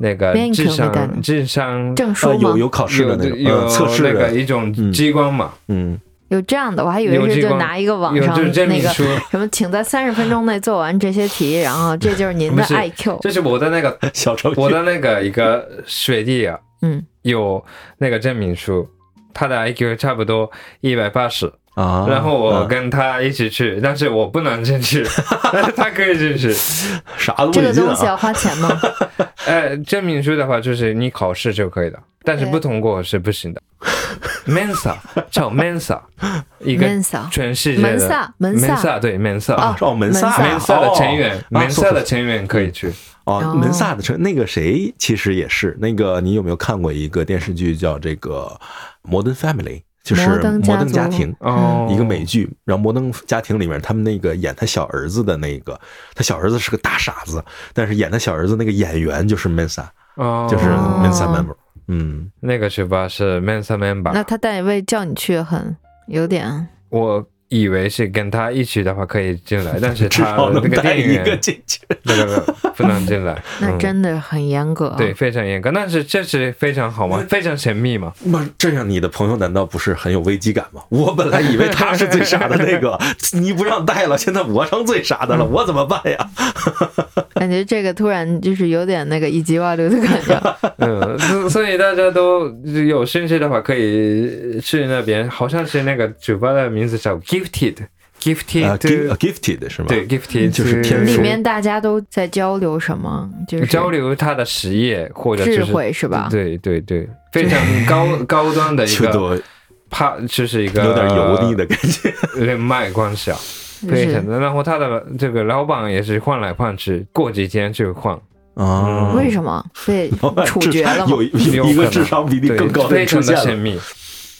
B: 那个
C: Benq
B: 智
C: みたいな
B: 商智商
C: 证
A: 呃
C: 书吗？
A: 有有考试
B: 有
A: 的那种，
B: 有
A: 呃测试
B: 那个
A: 的，
B: 一种
A: 嗯
B: 机关嘛，
A: 嗯， [laughs]
C: 有这样的，我还以
B: 有
C: 为
B: 这
C: 是就
B: 个
C: 拿一个网
B: 有
C: 上
B: 就是证
C: 那
B: 明
C: 个
B: 书。
C: [laughs] 什么，请在三十分钟内做完这些题，然后这就是您的
B: 不是
C: IQ。
B: 这是我的那个
A: 小程序
B: 我的那个一个学弟啊，
C: 嗯，
B: 有那个证明书，他的 IQ 差不多一百八十，
A: 啊，
B: 然后我
A: 嗯
B: 跟他一起去，但是我不能进去，
A: [laughs]
B: 但是他可以进去。
A: 啥都
C: 这
A: 没
C: 个
A: 进
C: 东西
A: 啊，
C: 要花钱
B: [laughs]
C: 吗？
B: 呃，证明书的话就是你考试就可以的，但是不通过是不行的。Mensa 叫 Mensa，一个
C: 门萨
B: 全世界
C: 门
B: 的
C: 萨门萨
B: Mensa 对 Mensa
A: 啊，哦，门萨
C: 门萨
B: Mensa 的成员
A: 哦啊
B: ，Mensa 的成员可以去。
A: 哦
C: 哦，
A: 门萨的成那个谁其实也是那个，你有没有看过一个电视剧叫这个《摩登 Family》，就是
C: 摩
A: 《
C: 登家族
A: 摩登家庭》。
B: 哦，
A: 一个美剧，然后《摩登家庭》里面，他们那个演他小儿子的那个，他小儿子是个大傻子，但是演他小儿子那个演员就是 Mensa，
B: 哦，
A: 就是
C: 哦
A: Mensa member。嗯，
B: 那个学霸是 Mensa member。
C: 那他单位叫你去很有点，
B: 我以为是跟他一起的话可以进来，但是
A: [laughs] 至
B: 他
A: 少
B: 那
A: 能
B: 个
A: 带
B: 店
A: 一个
B: 员
A: 进去。
B: 那个不能进来
C: [laughs] 那
B: 嗯
C: 真的很严格。啊
B: 对，非常严格。但是这是非常好嘛，非常神秘嘛。
A: 那这样你的朋友难道不是很有危机感吗？我本来以为他是最傻的那个，你不让带了，现在我成最傻
B: 嗯
A: 的了，我怎么办呀？
C: 感觉这个突然就是有点那个一级瓦流的感觉。
B: 嗯，所所以大家都有兴趣的话可以去那边，好像是那个酒吧的名字叫 Gifted。Gifted，
A: 啊
B: to-
A: ，gifted 是吗？
B: [laughs]
A: 嗯
B: 对 Gifted
A: 就是天
B: to-
A: 赋
C: 里面大家都在交流什么？就是
B: 交流他的实业或者
C: 智
B: 就是
C: 慧啊是吧？
B: 对
A: [laughs]
B: 对对，非常高高端的一
A: 秋
B: 个，
A: 多
B: 怕就是一个
A: 有点油腻的感觉。
B: 人脉关系啊。
C: 就
B: 对，可
C: 是
B: 能然后他的这个老板也是换来换去，过几天就换，
A: 啊
B: 嗯
C: 为什么被
A: [laughs] 老板
C: 处
A: 智
C: 决了吗啊
A: 有？有一个智商比你
B: 对，
A: 更高的
B: 非
A: 人出
B: 常
A: 现
B: 的
A: 了
B: 神。秘。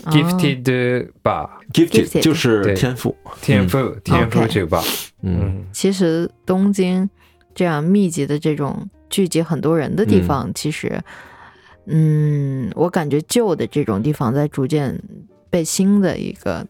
C: 哦
B: Gifted bar，
A: gifted
C: Gifted
A: 就是
B: 对
A: 天赋，
B: 天赋天赋
C: OK
B: 酒吧，
A: 嗯，
B: 嗯，
C: 其实东京这样密集的这种聚集很多人的地方，其实，嗯，我感觉旧的这种地方在逐渐被新的一个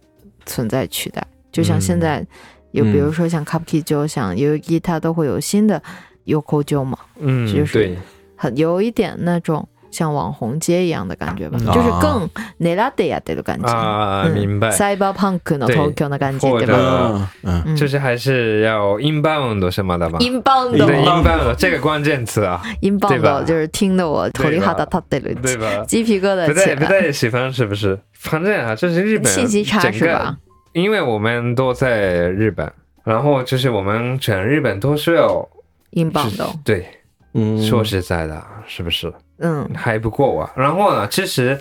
C: 存在取代。就像现在有，
A: 嗯
C: 比如说像 Cupcake 就像 Yuki，它都会有新的 Yoko 就嘛，
B: 嗯，
C: 就是
B: 对，
C: 很有一点那种像网红街一样的感觉吧，
B: 嗯
C: 就是
A: 啊
C: 更 n e l a d e a 的感觉。
B: 啊，
C: 嗯
B: 明白，
C: Cyberpunk 的
B: 对
C: Tokyo 的感觉，
B: 或
C: 对
B: 者
C: 吧？
A: 嗯嗯，
C: 嗯
B: 就是还是要 inbound 什么的吧。
C: inbound
B: 对
A: inbound
B: inbound 这个关键
C: [laughs]
B: 词啊，对
C: inbound
B: 吧
C: 就是听得我头里哈达他得了，
B: 对吧？
C: 鸡皮疙瘩
B: 不
C: 起
B: 太不
C: 来。
B: 太喜欢是不是？反正啊，就是日本
C: 啊信息差
B: 整
C: 是
B: 个
C: 吧？
B: 因为我们都在日本，然后就是我们全日本都需要，
C: inbound，
B: 对，
A: 嗯
B: 说实在的，是不是
C: 嗯
B: 还不够啊？然后呢，其实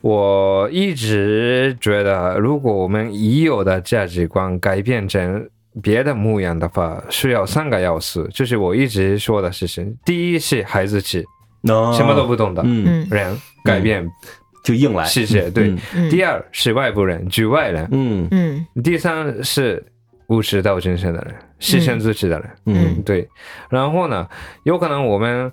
B: 我一直觉得，如果我们已有的价值观改变成别的模样的话，需要三个要素，就是我一直说的事情。第一是孩子气，什
A: 什
B: 么都不懂的
A: 啊嗯，
C: 嗯
B: 人改变；
A: 就硬来，
B: 谢谢对
A: 嗯
B: 第
C: 嗯
B: 二是外部人，局外人；
A: 嗯
C: 嗯
B: 第三是务实到精神的人，牺牲自己的人。
A: 嗯
B: 对，然后呢，有可能我们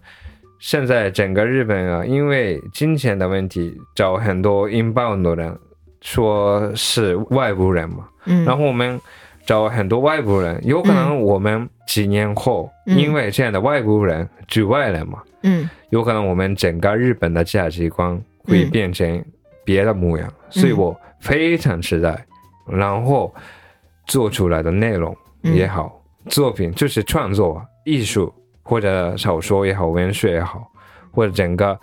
B: 现在整个日本啊，因为金钱的问题，找很多 inbound 的人说是外部人嘛，
C: 嗯，
B: 然后我们找很多外部人，有可能我们几年后，
C: 嗯
B: 因为这样的外部人、局外人嘛，
C: 嗯
B: 有可能我们整个日本的价值观会
C: 嗯
B: 变成别的模样，所以
C: 嗯
B: 我非常期待，然后做出来的内容
C: 嗯
B: 也好，作品就是创作啊、艺术或者小说也好、文学也好，或者整个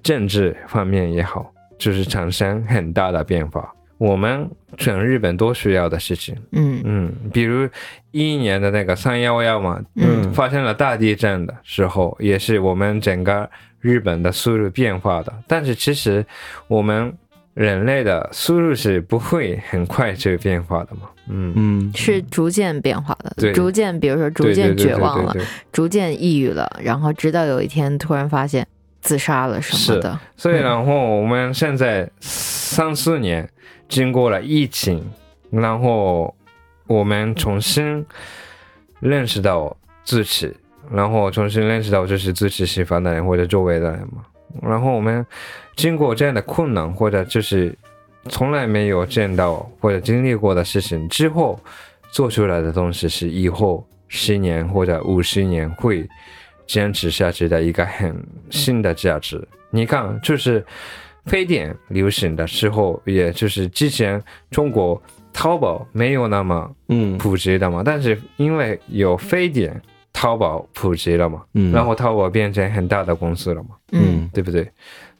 B: 政治方面也好，就是产生很大的变化。我们整日本都需要的事情，
C: 嗯
B: 嗯，比如一一年的那个三幺幺嘛，
C: 嗯
B: 发生了大地震的时候，也是我们整个日本的速度变化的。但是其实我们人类的速度是不会很快就变化的嘛，嗯，
A: 嗯，
C: 是逐渐变化的，
B: 对
C: 逐渐，比如说逐
B: 对对
C: 渐
B: 对
C: 绝
B: 对
C: 望
B: 对
C: 了，
B: 对
C: 逐渐抑郁了，然后直到有一天突然发现自杀了什么
B: 是
C: 的，
B: 所以，然后我们现在三四年经过了疫情，然后我们重新认识到自己，然后重新认识到这是自己喜欢的人或者周围的人嘛。然后我们经过这样的困难或者就是从来没有见到或者经历过的事情之后，做出来的东西是以后十年或者五十年会坚持下去的一个很新的价值。你看，就是非典流行的时候，也就是之前中国淘宝没有那么
A: 嗯
B: 普及的嘛，但是因为有非典，淘宝普及了嘛，
A: 嗯，
B: 然后淘宝变成很大的公司了嘛。
C: 嗯
A: 嗯
B: 对不对？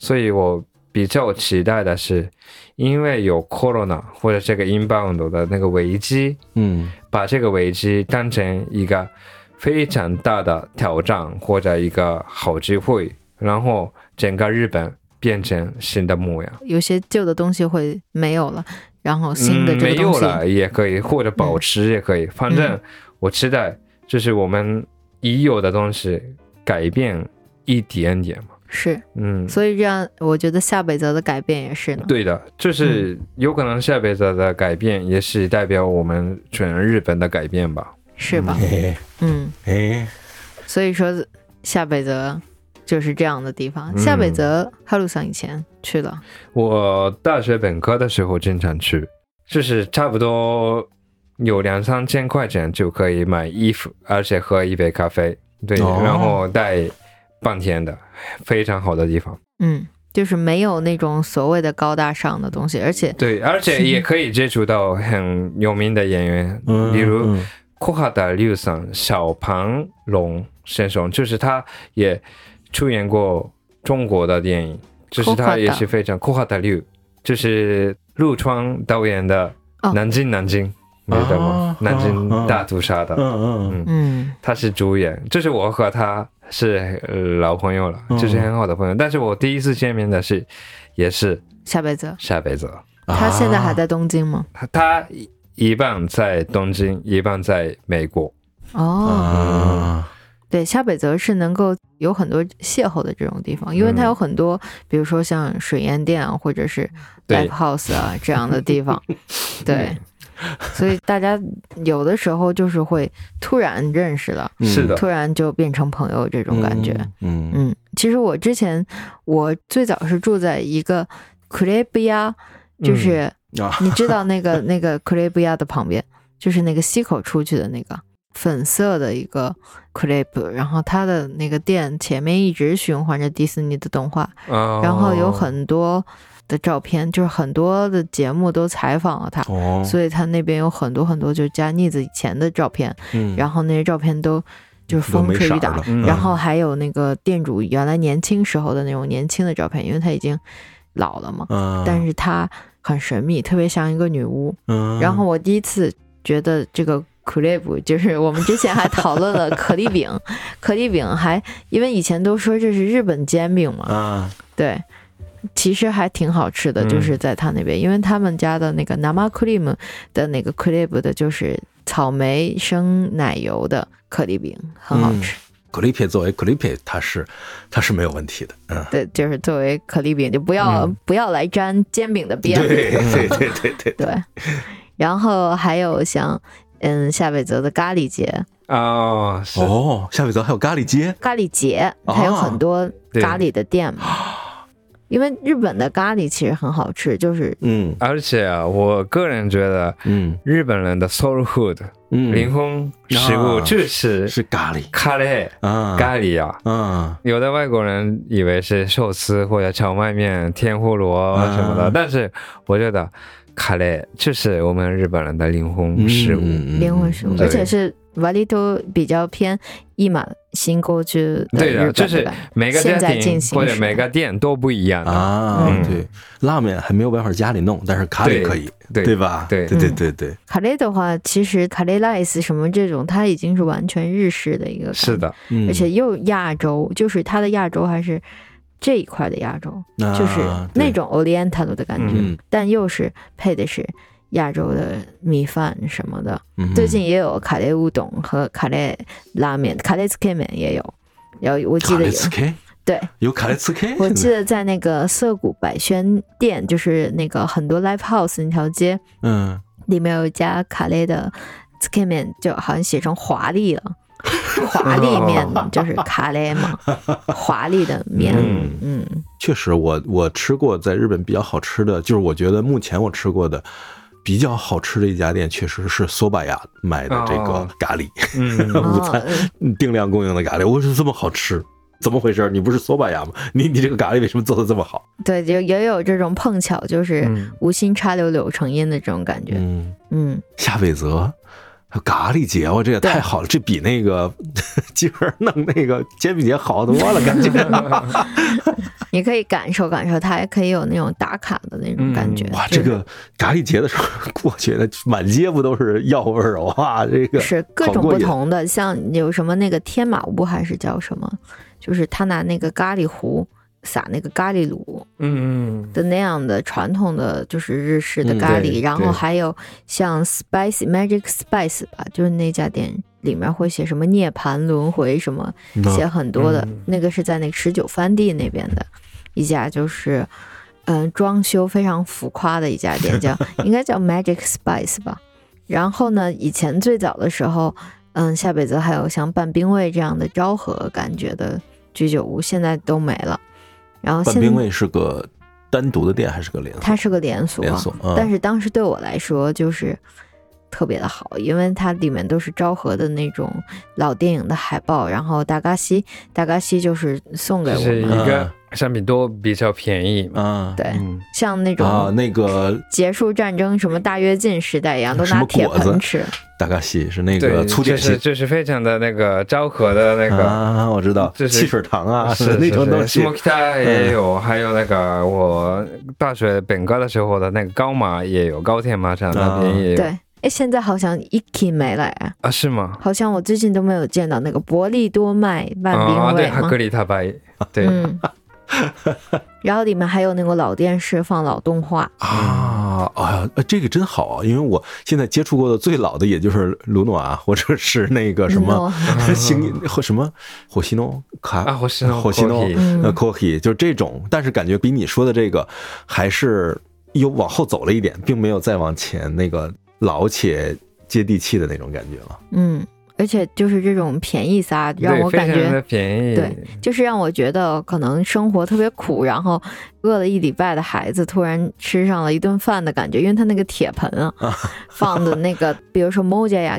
B: 所以我比较期待的是，因为有 corona 或者这个 inbound 的那个危机，
A: 嗯
B: 把这个危机当成一个非常大的挑战或者一个好机会，然后整个日本变成新的模样。
C: 有些旧的东西会没有了，然后新的
B: 嗯、
C: 这
B: 没
C: 个
B: 有
C: 东西，
B: 了也可以，或者保持也可以，反正
C: 嗯
B: 我期待就是我们已有的东西改变一点点嘛。
C: 是，
B: 嗯，
C: 所以这样我觉得下北泽的改变也是呢，
B: 对的，
C: 嗯
B: 就是有可能下辈子的改变，也是代表我们全日本的改变吧。
C: 是吧？
A: 哎
C: 嗯，
A: 哎，
C: 所以说下北泽就是这样的地方。
B: 嗯
C: 下北泽哈鲁桑以前去了，
B: 我大学本科的时候经常去，就是差不多有两三千块钱就可以买衣服，而且喝一杯咖啡，对，
A: 哦
B: 然后待半天的，非常好的地方。
C: 嗯，就是没有那种所谓的高大上的东西，而且
B: 对，而
A: [laughs]
B: 且也可以接触到很有名的演员，
A: 嗯
B: 比如
A: 嗯
B: 库哈达六桑小庞龙先生，就是他也出演过中国的电影，就是他也是非常库哈达六，就是陆川导演的
C: 哦
B: 《南京南京》，你知道吗
A: 啊？
B: 南京大屠杀的，
A: 嗯嗯
C: 嗯
B: 他是主演，就是我和他是呃老朋友了，
A: 嗯
B: 就是很好的朋友。但是我第一次见面的是，也是
C: 下北泽，
B: 夏北泽，
A: 啊
C: 他现在还在东京吗？
B: 他他一一半在东京，一半在美国。
C: 哦，
A: 啊，
C: 对，下北泽是能够有很多邂逅的这种地方，因为它
B: 嗯
C: 有很多，比如说像水烟店啊，或者是
B: 对
C: live house 啊这样的地
B: [laughs]
C: 方，对，所以大家有的时候就是会突然认识了，
A: 嗯
B: 是的
C: 突然就变成朋友这种感觉。
A: 嗯，嗯
C: 嗯，其实我之前我最早是住在一个克雷布亚，就是
A: 嗯啊
C: 你知道那个那个克雷布亚的旁边，就是那个西口出去的那个粉色的一个 c l 布，然后它的那个店前面一直循环着迪士尼的动画，
B: 哦
C: 然后有很多的照片，就是很多的节目都采访了他。
A: 哦，
C: 所以他那边有很多很多就是加妮子以前的照片，
A: 嗯
C: 然后那些照片都就是风吹雨打，
B: 嗯
C: 然后还有那个店主原来年轻时候的那种年轻的照片，因为他已经老了嘛，
A: 嗯，
C: 但
A: 是
C: 是他很神秘，特别像一个女巫。
A: 嗯，
C: 然后我第一次觉得这个 c l 布，就是我们之前还讨论了可丽饼， [laughs] 可丽饼还因为以前都说这是日本煎饼嘛，
A: 啊，
C: 对。其实还挺好吃的，
B: 嗯
C: 就是在他那边，因为他们家的那个 nama cream 的那个 c l 布的，就是草莓生奶油的可丽饼，很好
A: 嗯
C: 吃。
A: 克里佩作为克里佩，它是它是没有问题的，嗯，
C: 对，就是作为可丽饼，就不要、
B: 嗯
C: 不要来沾煎
A: [laughs]
C: 饼的边。
A: 对对对对对，
C: 对然后还有像嗯夏北泽的咖喱节，
B: [laughs] 哦，是
A: 哦，夏北泽还有咖喱街，
C: 咖喱节
A: 哦
C: 它有很多
B: 对
C: 咖喱的店
A: [gasps]
C: 嘛。因为日本的咖喱其实很好吃，就是
A: 嗯
B: 而且啊，我个人觉得
A: 嗯
B: 日本人的 soul food、
A: 嗯，
B: 灵魂食物
A: 啊
B: 就是
A: 是咖喱
B: 咖喱
A: 啊，
B: 咖喱啊。
A: 啊，
B: 有的外国人以为是寿司或者荞麦面、天妇罗什么的，
A: 啊
B: 但是我觉得咖喱就是我们日本人的灵魂食物。
A: 嗯
C: 灵魂食物，
B: 对
C: 而且是瓦里头比较偏一马新沟去
B: 对的
C: 日
B: 就
C: 本
B: 是
C: 吧
B: 每个
C: 现
B: 家
C: 在
B: 庭
C: 进行
B: 或者
C: 时
B: 每个店都不一样的
A: 啊，
B: 嗯
A: 对，拉面还没有办法家里弄，但是卡里
B: 对
A: 可以，
B: 对
A: 对吧？
B: 对
A: 对对对对，
C: 卡雷的话，其实卡雷 rice 什么这种，它已经是完全日式的一个，
B: 是，的，
A: 嗯
C: 而且又亚洲，就是它的亚洲还是这一块的亚洲，就是
A: 啊对
C: 那种 Oriental 的感觉，
A: 嗯
C: 但又是配的是亚洲的米饭什么的。
A: 嗯
C: 最近也有卡雷乌冬和卡雷拉面，卡雷 s k 面也有，然后我记
A: 卡
C: 得
A: 列
C: 有，
A: 茨 K
C: 对
A: 有卡列茨 [laughs] K，
C: 我记
A: 得
C: 得在那个涩谷百轩店，就是那个很多 live house 那条街，
A: 嗯，
C: 里面有一家卡雷的 s k 面，就好像写成
A: [laughs]
C: 华丽了。华丽面
A: 哦
C: 就是卡雷嘛，华丽的面，
B: 嗯
C: 嗯，
A: 确实我我吃过在日本比较好吃的，就是我觉得目前我吃过的。比较好吃的一家店，确实是索巴亚卖的这个
B: 哦
A: 咖喱，
B: 嗯，
A: 午
C: 哦
A: 餐，定量供应的咖喱，我说这么好吃，怎么回事？你不是索巴亚吗？ [laughs] 你你这个咖喱为什么做的这么好？
C: 对，就也有这种碰巧，就是
B: 嗯
C: 无心插柳柳成荫的这种感觉。
A: 嗯，
C: 嗯，
A: 夏伟泽，还有咖喱节，我这也
C: 对
A: 太好了，这比那个 [laughs] 鸡儿弄那个煎饼节好多了，
C: [laughs]
A: 感觉。
C: 你可以感受感受它，也可以有那种打卡的那种感觉。
A: 嗯哇，
C: 就
A: 这
C: 是
A: 个 [laughs] 咖喱节的时候过去的满街不都是药味儿啊？哇，这个
C: 是各
A: 好
C: 种
A: 过
C: 不
A: 瘾
C: 同的，像有什么那个天马屋还是叫什么，就是他拿那个咖喱糊撒那个咖喱卤
B: 嗯
C: 的那样的传统的就是日式的
A: 嗯
C: 咖
B: 对
C: 喱，然
B: 对
C: 后还有像 Spicy Magic Spice 吧，就是那家店里面会写什么涅槃轮回什么，写很多的
B: 嗯，
C: 那个是在那个十九番地那边的一家，就是嗯装修非常浮夸的一家
A: [laughs]
C: 店，叫应该叫 Magic Spice 吧。然后呢，以前最早的时候，嗯，夏北泽还有像半冰味这样的昭和感觉的居酒屋，现在都没了。然后
A: 半
C: 现
A: 冰
C: 在
A: 味是个单独的店还是个连锁？
C: 它是个连锁，
A: 连锁，嗯、
C: 啊但是当时对我来说就是特别的好，因为它里面都是昭和的那种老电影的海报，然后达嘎西，达嘎西就是送给
B: 就
C: 我
B: 是一
C: 们，
B: 个商品都比较便宜嘛，
A: 啊，
C: 对，
B: 嗯
C: 像那
A: 啊，
C: 种
A: 那个
C: 结束战争什么大跃进时代一样，都
A: 什
C: 拿
A: 么
C: 铁
A: 果子
C: 盆吃，
A: 大咖西是那个
B: 对，
A: 粗
B: 就
A: 点
B: 是
A: 心
B: 就是非常的那个昭和的那个。
A: 啊，我知道，
B: 这是
A: 汽水糖啊，
B: 是
A: 那种东
B: 是
A: 西嗯
B: 是 Smoky 也有，还有那个我大学本科的时候的那个高马也有，高铁马场
A: 啊
B: 那边也有
C: 对。哎，现在好像 IKI 没了哎，
B: 啊，是吗？
C: 好像我最近都没有见到那个薄利多卖万
B: 啊，
C: 冰
B: 对，
C: 味
B: 还
C: 吗
B: 格？里塔白，
A: 啊
B: 对， [laughs]
C: 嗯，然后里面还有那个老电视放老动画，
A: 啊，哎呀，呃这个真好啊！因为我现在接触过的最老的，也就是卢诺啊，或者是那个什么 [laughs] 星和什么火西诺卡
B: 啊火西诺
A: 火西诺
B: Kohi
C: 嗯
A: 呃 k o k i 就是这种，但是感觉比你说的这个还是又往后走了一点，并没有再往前那个老且接地气的那种感觉了。
C: 嗯，而且就是这种便宜撒，让
B: 对
C: 我
B: 非
C: 感
B: 常
C: 觉
B: 的便宜，
C: 对就是让我觉得可能生活特别苦，然后饿了一礼拜的孩子突然吃上了一顿饭的感觉，因为他那个铁盆啊，放的那个，比如说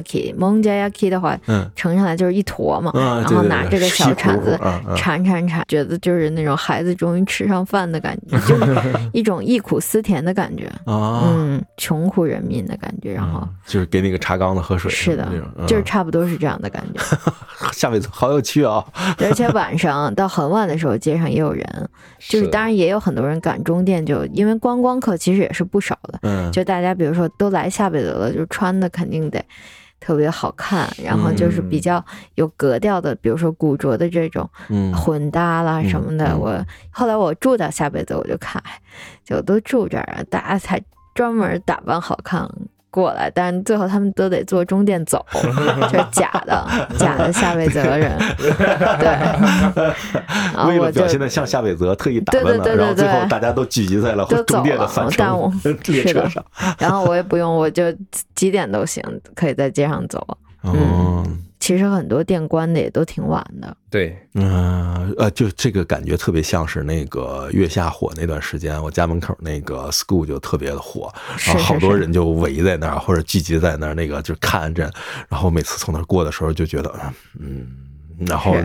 C: mojayaki，mojayaki 的话，
A: 嗯
C: 盛上来就是一坨嘛，
A: 嗯，
C: 然
A: 对
C: 后
A: 对
C: 拿
A: 对
C: 这个小
A: 西葫
C: 铲
A: 芦
C: 子
A: 嗯嗯
C: 铲铲铲，觉得就是那种孩子终于吃上饭的感觉，就是一种忆苦思甜的感觉，
A: 啊，嗯
C: 嗯，穷苦人民的感觉，然后。
A: 就是给那个茶缸子喝水，
C: 是的
A: 那种，嗯
C: 就是差不多是这样的感觉。
A: 下辈子好有趣啊！
C: 而且晚上到很晚的时候，街上也有人，就是当然也有很多人赶中店就，因为观光客其实也是不少的，
A: 嗯，
C: 就大家比如说都来夏北泽了，就穿的肯定得特别好看，然后就是比较有格调的，比如说古着的这种
A: 嗯
C: 混搭啦什么的。
A: 嗯嗯
C: 我后来我住到夏北泽，我就看，哎，就都住这儿啊，大家才专门打扮好看。过来，但最后他们都得坐中
A: [laughs]
C: 店走，就是假的，假的夏北泽人，对。然后
A: 为
C: 啊我
A: 了
C: 就
A: 表现的像夏北泽，特意打扮
C: 对
A: 了，
C: 对对对
A: 然后最后
C: 对
A: 大家都聚集在了
C: 都走
A: 中电的
C: 了
A: 返
C: 但我
A: 程 [laughs] 列
C: 是
A: 车
C: 的
A: 上。
C: 然后我也不用，我就几点都行，可以在街上走。
A: 哦，
C: 其实很多店关的也都挺晚的，
B: 对，
A: 嗯呃，就这个感觉特别像是那个月下火那段时间，我家门口那个 school 就特别的火，
C: 是
A: 然后啊好
C: 是
A: 多
C: 是，
A: 人就围在那儿或者聚集在那儿，那个就看着，然后每次从那儿过的时候就觉得，嗯。然后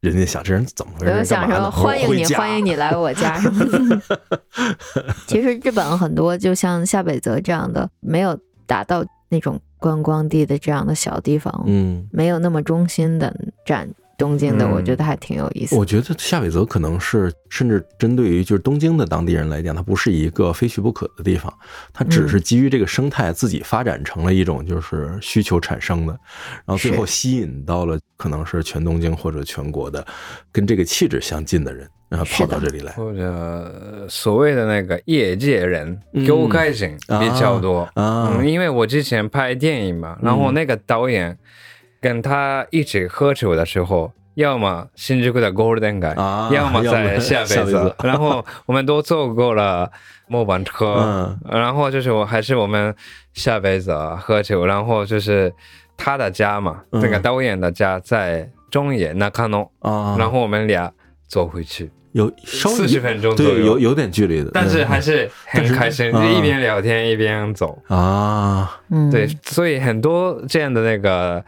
A: 人家想这人怎么回
C: 我就
A: 事？干
C: 想
A: 嘛呢
C: 说欢迎你，欢迎。
A: 回家
C: 你来我家。 [laughs] 其实日本很多就像夏北泽这样的，没有达到那种观光地的这样的小地方，
A: 嗯，
C: 没有那么中心的站东京的，
B: 嗯
C: 我觉得还挺有意思。
A: 我觉得夏伟泽可能是，甚至针对于就是东京的当地人来讲，它不是一个非去不可的地方，它
C: 嗯
A: 只是基于这个生态自己发展成了一种就是需求产生的，然后最后吸引到了可能是全东京或者全国的跟这个气质相近的人，然后跑到这里来
B: 或者所谓的那个业界人、
A: 嗯
B: 游客人比较多。
A: 啊
B: 嗯，因为我之前拍电影嘛，然后那个导演跟他一起喝酒的时候，要么新宿的 Golden Guy，、
A: 啊，
B: 要么在下辈
A: 辈
B: 子。 [laughs] 然后我们都坐过了末班车
A: 嗯，
B: 然后就是我还是我们下辈子啊喝酒，然后就是他的家嘛，
A: 嗯
B: 这个导演的家在中野那卡农，
A: 啊，
B: 然后我们俩走回去
A: 有稍微
B: 四十分钟左
A: 对有
B: 右，
A: 有点距离的，
B: [laughs] 但是
A: 嗯
B: 还是嗯很开心，
A: 但
B: 就是一边聊天一边走。
A: 啊，
C: 嗯，
B: 对，所以很多这样的那个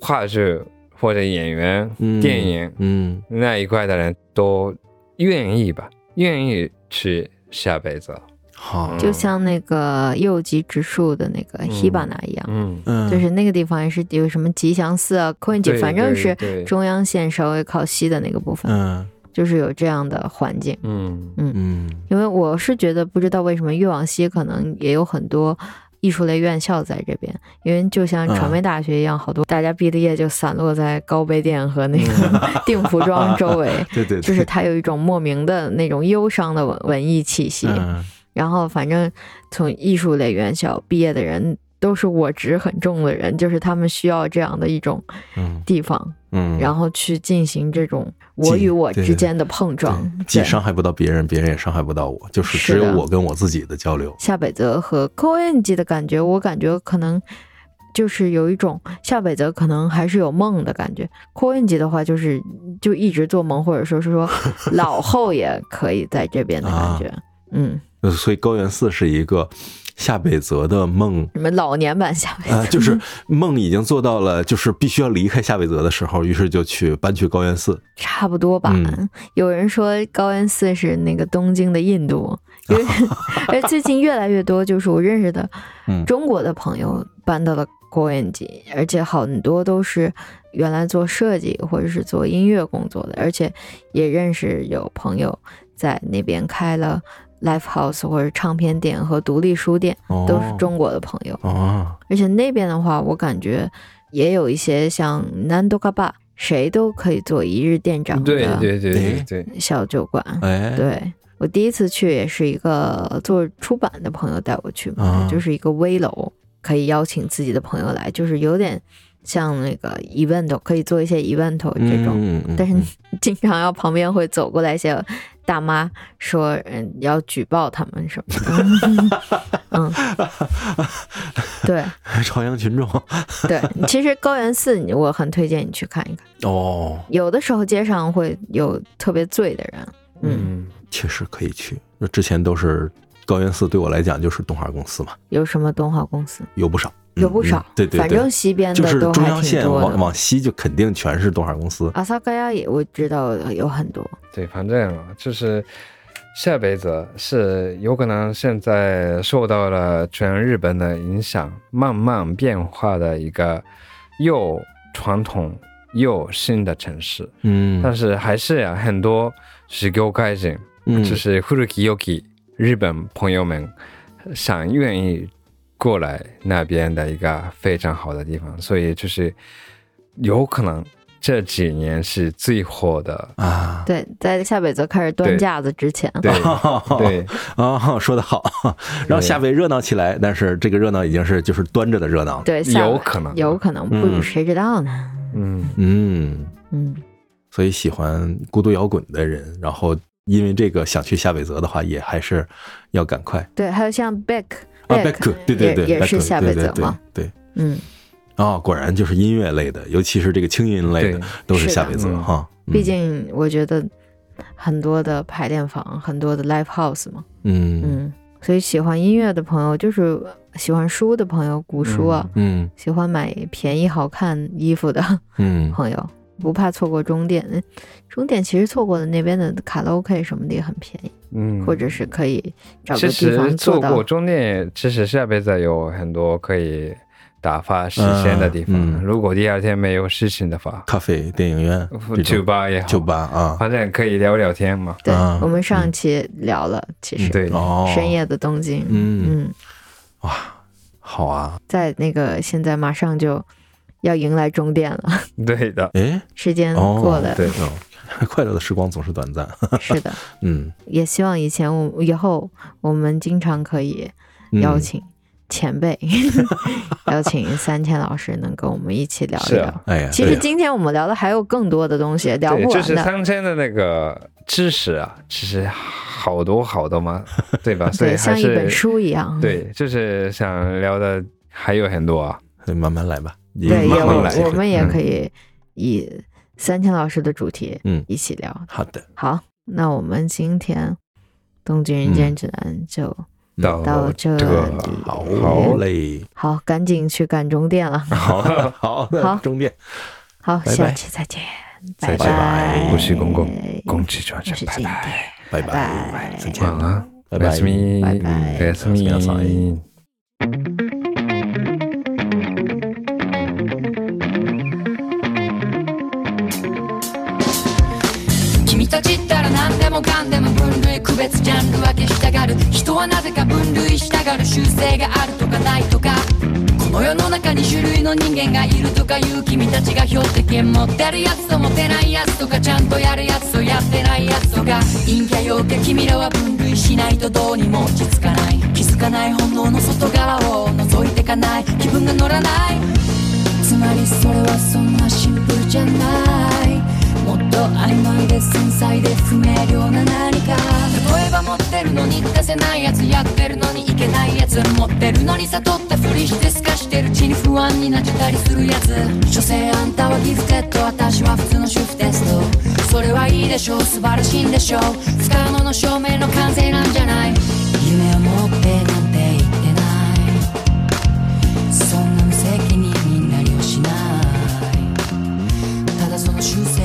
B: 话剧或者演员、
A: 嗯
B: 电影
A: 嗯
B: 那一块的人都愿意吧，愿意去下辈子。
A: 好，
C: 就像那个右吉直树的那个 Hibana 一样，
B: 嗯，
A: 嗯，
C: 就是那个地方也是有什么吉祥寺啊、Koenji，
B: 对
C: 反正是
B: 对对
C: 中央线稍微靠西的那个部分，
A: 嗯
C: 就是有这样的环境。
B: 嗯
A: 嗯
C: 因为我是觉得，不知道为什么越往西可能也有很多艺术类院校在这边，因为就像
A: 嗯
C: 传媒大学一样，好多大家毕了业就散落在高碑店和那个 [laughs] 定服装周围，
A: 对嗯 [laughs] 对，对
C: 就是它有一种莫名的那种忧伤的文文艺气息。
A: 嗯
C: 然后，反正从艺术类院校毕业的人都是我执很重的人，就是他们需要这样的一种
A: 嗯
C: 地方，
A: 嗯，
C: 然后去进行这种我
A: 进
C: 与我
A: 对
C: 之间的碰撞
A: 对，
C: 对
A: 既伤害不到别人，别人也伤害不到我，就是只
C: 是的
A: 有我跟我自己的交流。
C: 夏北泽和 c o e n g 的感觉，我感觉可能就是有一种夏北泽可能还是有梦的感觉 c o e n g 的话就是就一直做梦，或者说
A: [laughs]
C: 是说老后也可以在这边的
A: 啊
C: 感觉。嗯，
A: 呃所以高原寺是一个夏北泽的梦，
C: 什么老年版夏北 [laughs] 泽，
A: 呃，就是梦已经做到了，就是必须要离开夏北泽的时候，于是就去搬去高原寺。
C: 差不多吧。
A: 嗯
C: 有人说高原寺是那个东京的印度，
A: [laughs]
C: 因为哎，最近越来越多就是我认识的
A: 嗯
C: 中国的朋友搬到了高原寺，而且很多都是原来做设计或者是做音乐工作的，而且也认识有朋友在那边开了 live house 或者唱片店和独立书店，
A: 哦，
C: 都是中国的朋友。
A: 哦，
C: 而且那边的话，我感觉也有一些像南多卡巴，谁都可以做一日店长
B: 嗯对
C: 的
B: 对对对对，
C: 小酒馆。
A: 哎，
C: 对我第一次去也是一个做出版的朋友带我去嘛，
A: 啊
C: 就是一个危楼，可以邀请自己的朋友来，就是有点像那个 event，可以做一些 event
A: 嗯，
C: 这种。
A: 嗯，嗯
C: 但是
A: 嗯
C: 经常要旁边会走过来一些大妈说，嗯，要举报他们什么的。
A: [laughs]
C: 嗯， [laughs] 对
A: [laughs] 朝阳群众 [laughs]
C: [laughs] 对，其实高原寺你我很推荐你去看一看，
A: 哦，
C: 有的时候街上会有特别醉的人，嗯
B: 嗯
A: 确实可以去。那之前都是高原寺，对我来讲就是动画公司嘛，
C: 有什么动画公司？
A: 有不少，嗯
C: 有不少，
A: 嗯对对对，
C: 反正西边
A: 就是
C: 的都
A: 中
C: 还
A: 央
C: 挺
A: 线
C: 多
A: 往
C: 的。
A: 往西就肯定全是动画公司。
C: 阿萨嘎亚也我知道有很多，
B: 对，反正啊就是下辈子是有可能现在受到了全日本的影响，慢慢变化的一个又传统又新的城市，
A: 嗯
B: 但是还是啊很多是给我改进。
A: 嗯
B: 就是古 u r u k y o k i 日本朋友们想愿意过来那边的一个非常好的地方，所以就是有可能这几年是最火的。
A: 啊，
C: 对，在夏北泽开始端
B: 对
C: 架子之前，
A: [laughs]
B: 对
A: 哦
B: 对，
A: 啊，说得好。然后夏威热闹起来，但是这个热闹已经是就是端着的热闹了。
C: 对，夏
B: 有可能，
C: 有可能，
A: 嗯
C: 不谁知道呢？
B: 嗯，
A: 嗯，
C: 嗯，
A: 所以喜欢孤独摇滚的人，然后因为这个想去夏威泽的话，也还是要赶快
C: 对，还有像 Beck，
A: 啊。
C: Beck
A: 贝克，对对对，
C: 也也是
A: Beck，
C: 夏威泽嘛，
A: 对对对对。
C: 嗯，
A: 啊，果然就是音乐类的，尤其是这个轻音类
B: 对
A: 的，，都是
C: 是的
A: 夏威泽
B: 嗯
A: 哈。嗯
C: 毕，竟我觉得很多的排练房，很多的 live house 嘛，
A: 嗯
C: 嗯，所以喜欢音乐的朋友，就是呃喜欢书的朋友，古书啊，
A: 嗯
C: 喜欢买便宜好看衣服的，
A: 嗯
C: 朋友，不怕错过终点。嗯终点其实错过的那边的卡拉 OK 什么的也很便宜，
B: 嗯，
C: 或者是可以找个
B: 其
C: 地
B: 实
C: 方
B: 做
C: 做
B: 过
C: 到。
B: 中电，其实下辈子有很多可以打发时间的地方。
A: 嗯嗯
B: 如果第二天没有事情的话，
A: 咖啡、电影院、这
B: 酒
A: 种
B: 吧也好，
A: 酒吧啊，
B: 反正可以聊聊天嘛。
C: 对
A: 啊嗯
C: 我们上期聊了，其实
B: 对，
A: 哦，
C: 深夜的东京，
A: 嗯，
C: 嗯，
A: 好啊，
C: 在那个现在马上就要迎来终点了， [laughs]
B: 对的，
A: 哎，
C: 时间
A: 哦 [laughs]
C: 嗯过了，
B: 对，
A: 快乐的时光总是短暂，
C: 是的，
A: 嗯，
C: 也希望以前我以后我们经常可以邀
A: 嗯
C: 请前
B: [laughs]
C: 辈，邀请三千老师能跟我们一起聊一
B: 是
C: 聊
B: 啊。
A: 哎呀，
C: 其
A: 对
C: 实
A: 呀
C: 今天我们聊的还有更多的东西，聊
B: 对，
C: 不
B: 就
C: 完
B: 是
C: 的。
B: 三千的那个知识啊，其实好多好
A: [laughs]
B: 多嘛，对吧？所以
C: 对，
B: 还
C: 像一本
B: 是
C: 书一样。
B: 对，就是想聊的还有很多啊。
A: 对慢慢来吧，
C: 对，
A: 也
C: 也
B: 慢慢
C: 我
B: 来
C: 我们也
B: 嗯
C: 可以以三千老师的主题，
A: 嗯
C: 一起聊。
A: 好的，
B: 嗯
C: 好，那我们今天《东京人间指南》就
A: 嗯
B: 到
C: 到这里。
B: 这个
A: 好
B: 好
A: 嘞， [laughs]
C: 好，赶紧去赶终点
B: [laughs]
C: 了。
A: 好 [laughs] 好，那
C: 好
A: 终点，
C: 好，
A: 拜
C: 下
A: 拜
C: 期再见，
B: 再见
A: 拜
C: 拜。
A: 拜
B: 我是公公，公之转
C: 我
B: 身
C: 是，
B: 拜
C: 经典
A: 拜
B: 拜，，
C: 拜
A: 拜，再见
B: 晚，安。
A: 拜
B: おや
A: 拜
B: す。み。
C: バイバイ
B: おやす
A: お
B: み
A: やすみなさい
D: 君たちったら何でもかんでも分類区別ジャンル分けしたがる人はなぜか分類したがる習性があるとかないとかこの世の中に種類の人間がいるとかいう君たちが標的持ってるやつと持てないやつとかちゃんとやるやつとやってないやつとか陰キャ陽キャ君らは分類しないとどうにも落ち着かない気づかない本能の外側を覗いてかない気分が乗らないつまりそれはそんなシンプルじゃないもっと曖昧で繊細で不明瞭な何か例えば持ってるのに出せないやつやってるのにいけないやつ持ってるのに悟ったふりして透かしてるうちに不安になっちゃったりするやつ所詮あんたはギフテッド私は普通の主婦テストそれはいいでしょう素晴らしいんでしょう不可能の証明の完成なんじゃない夢を持ってなんて言ってないそんな無責任になりをしないただその習性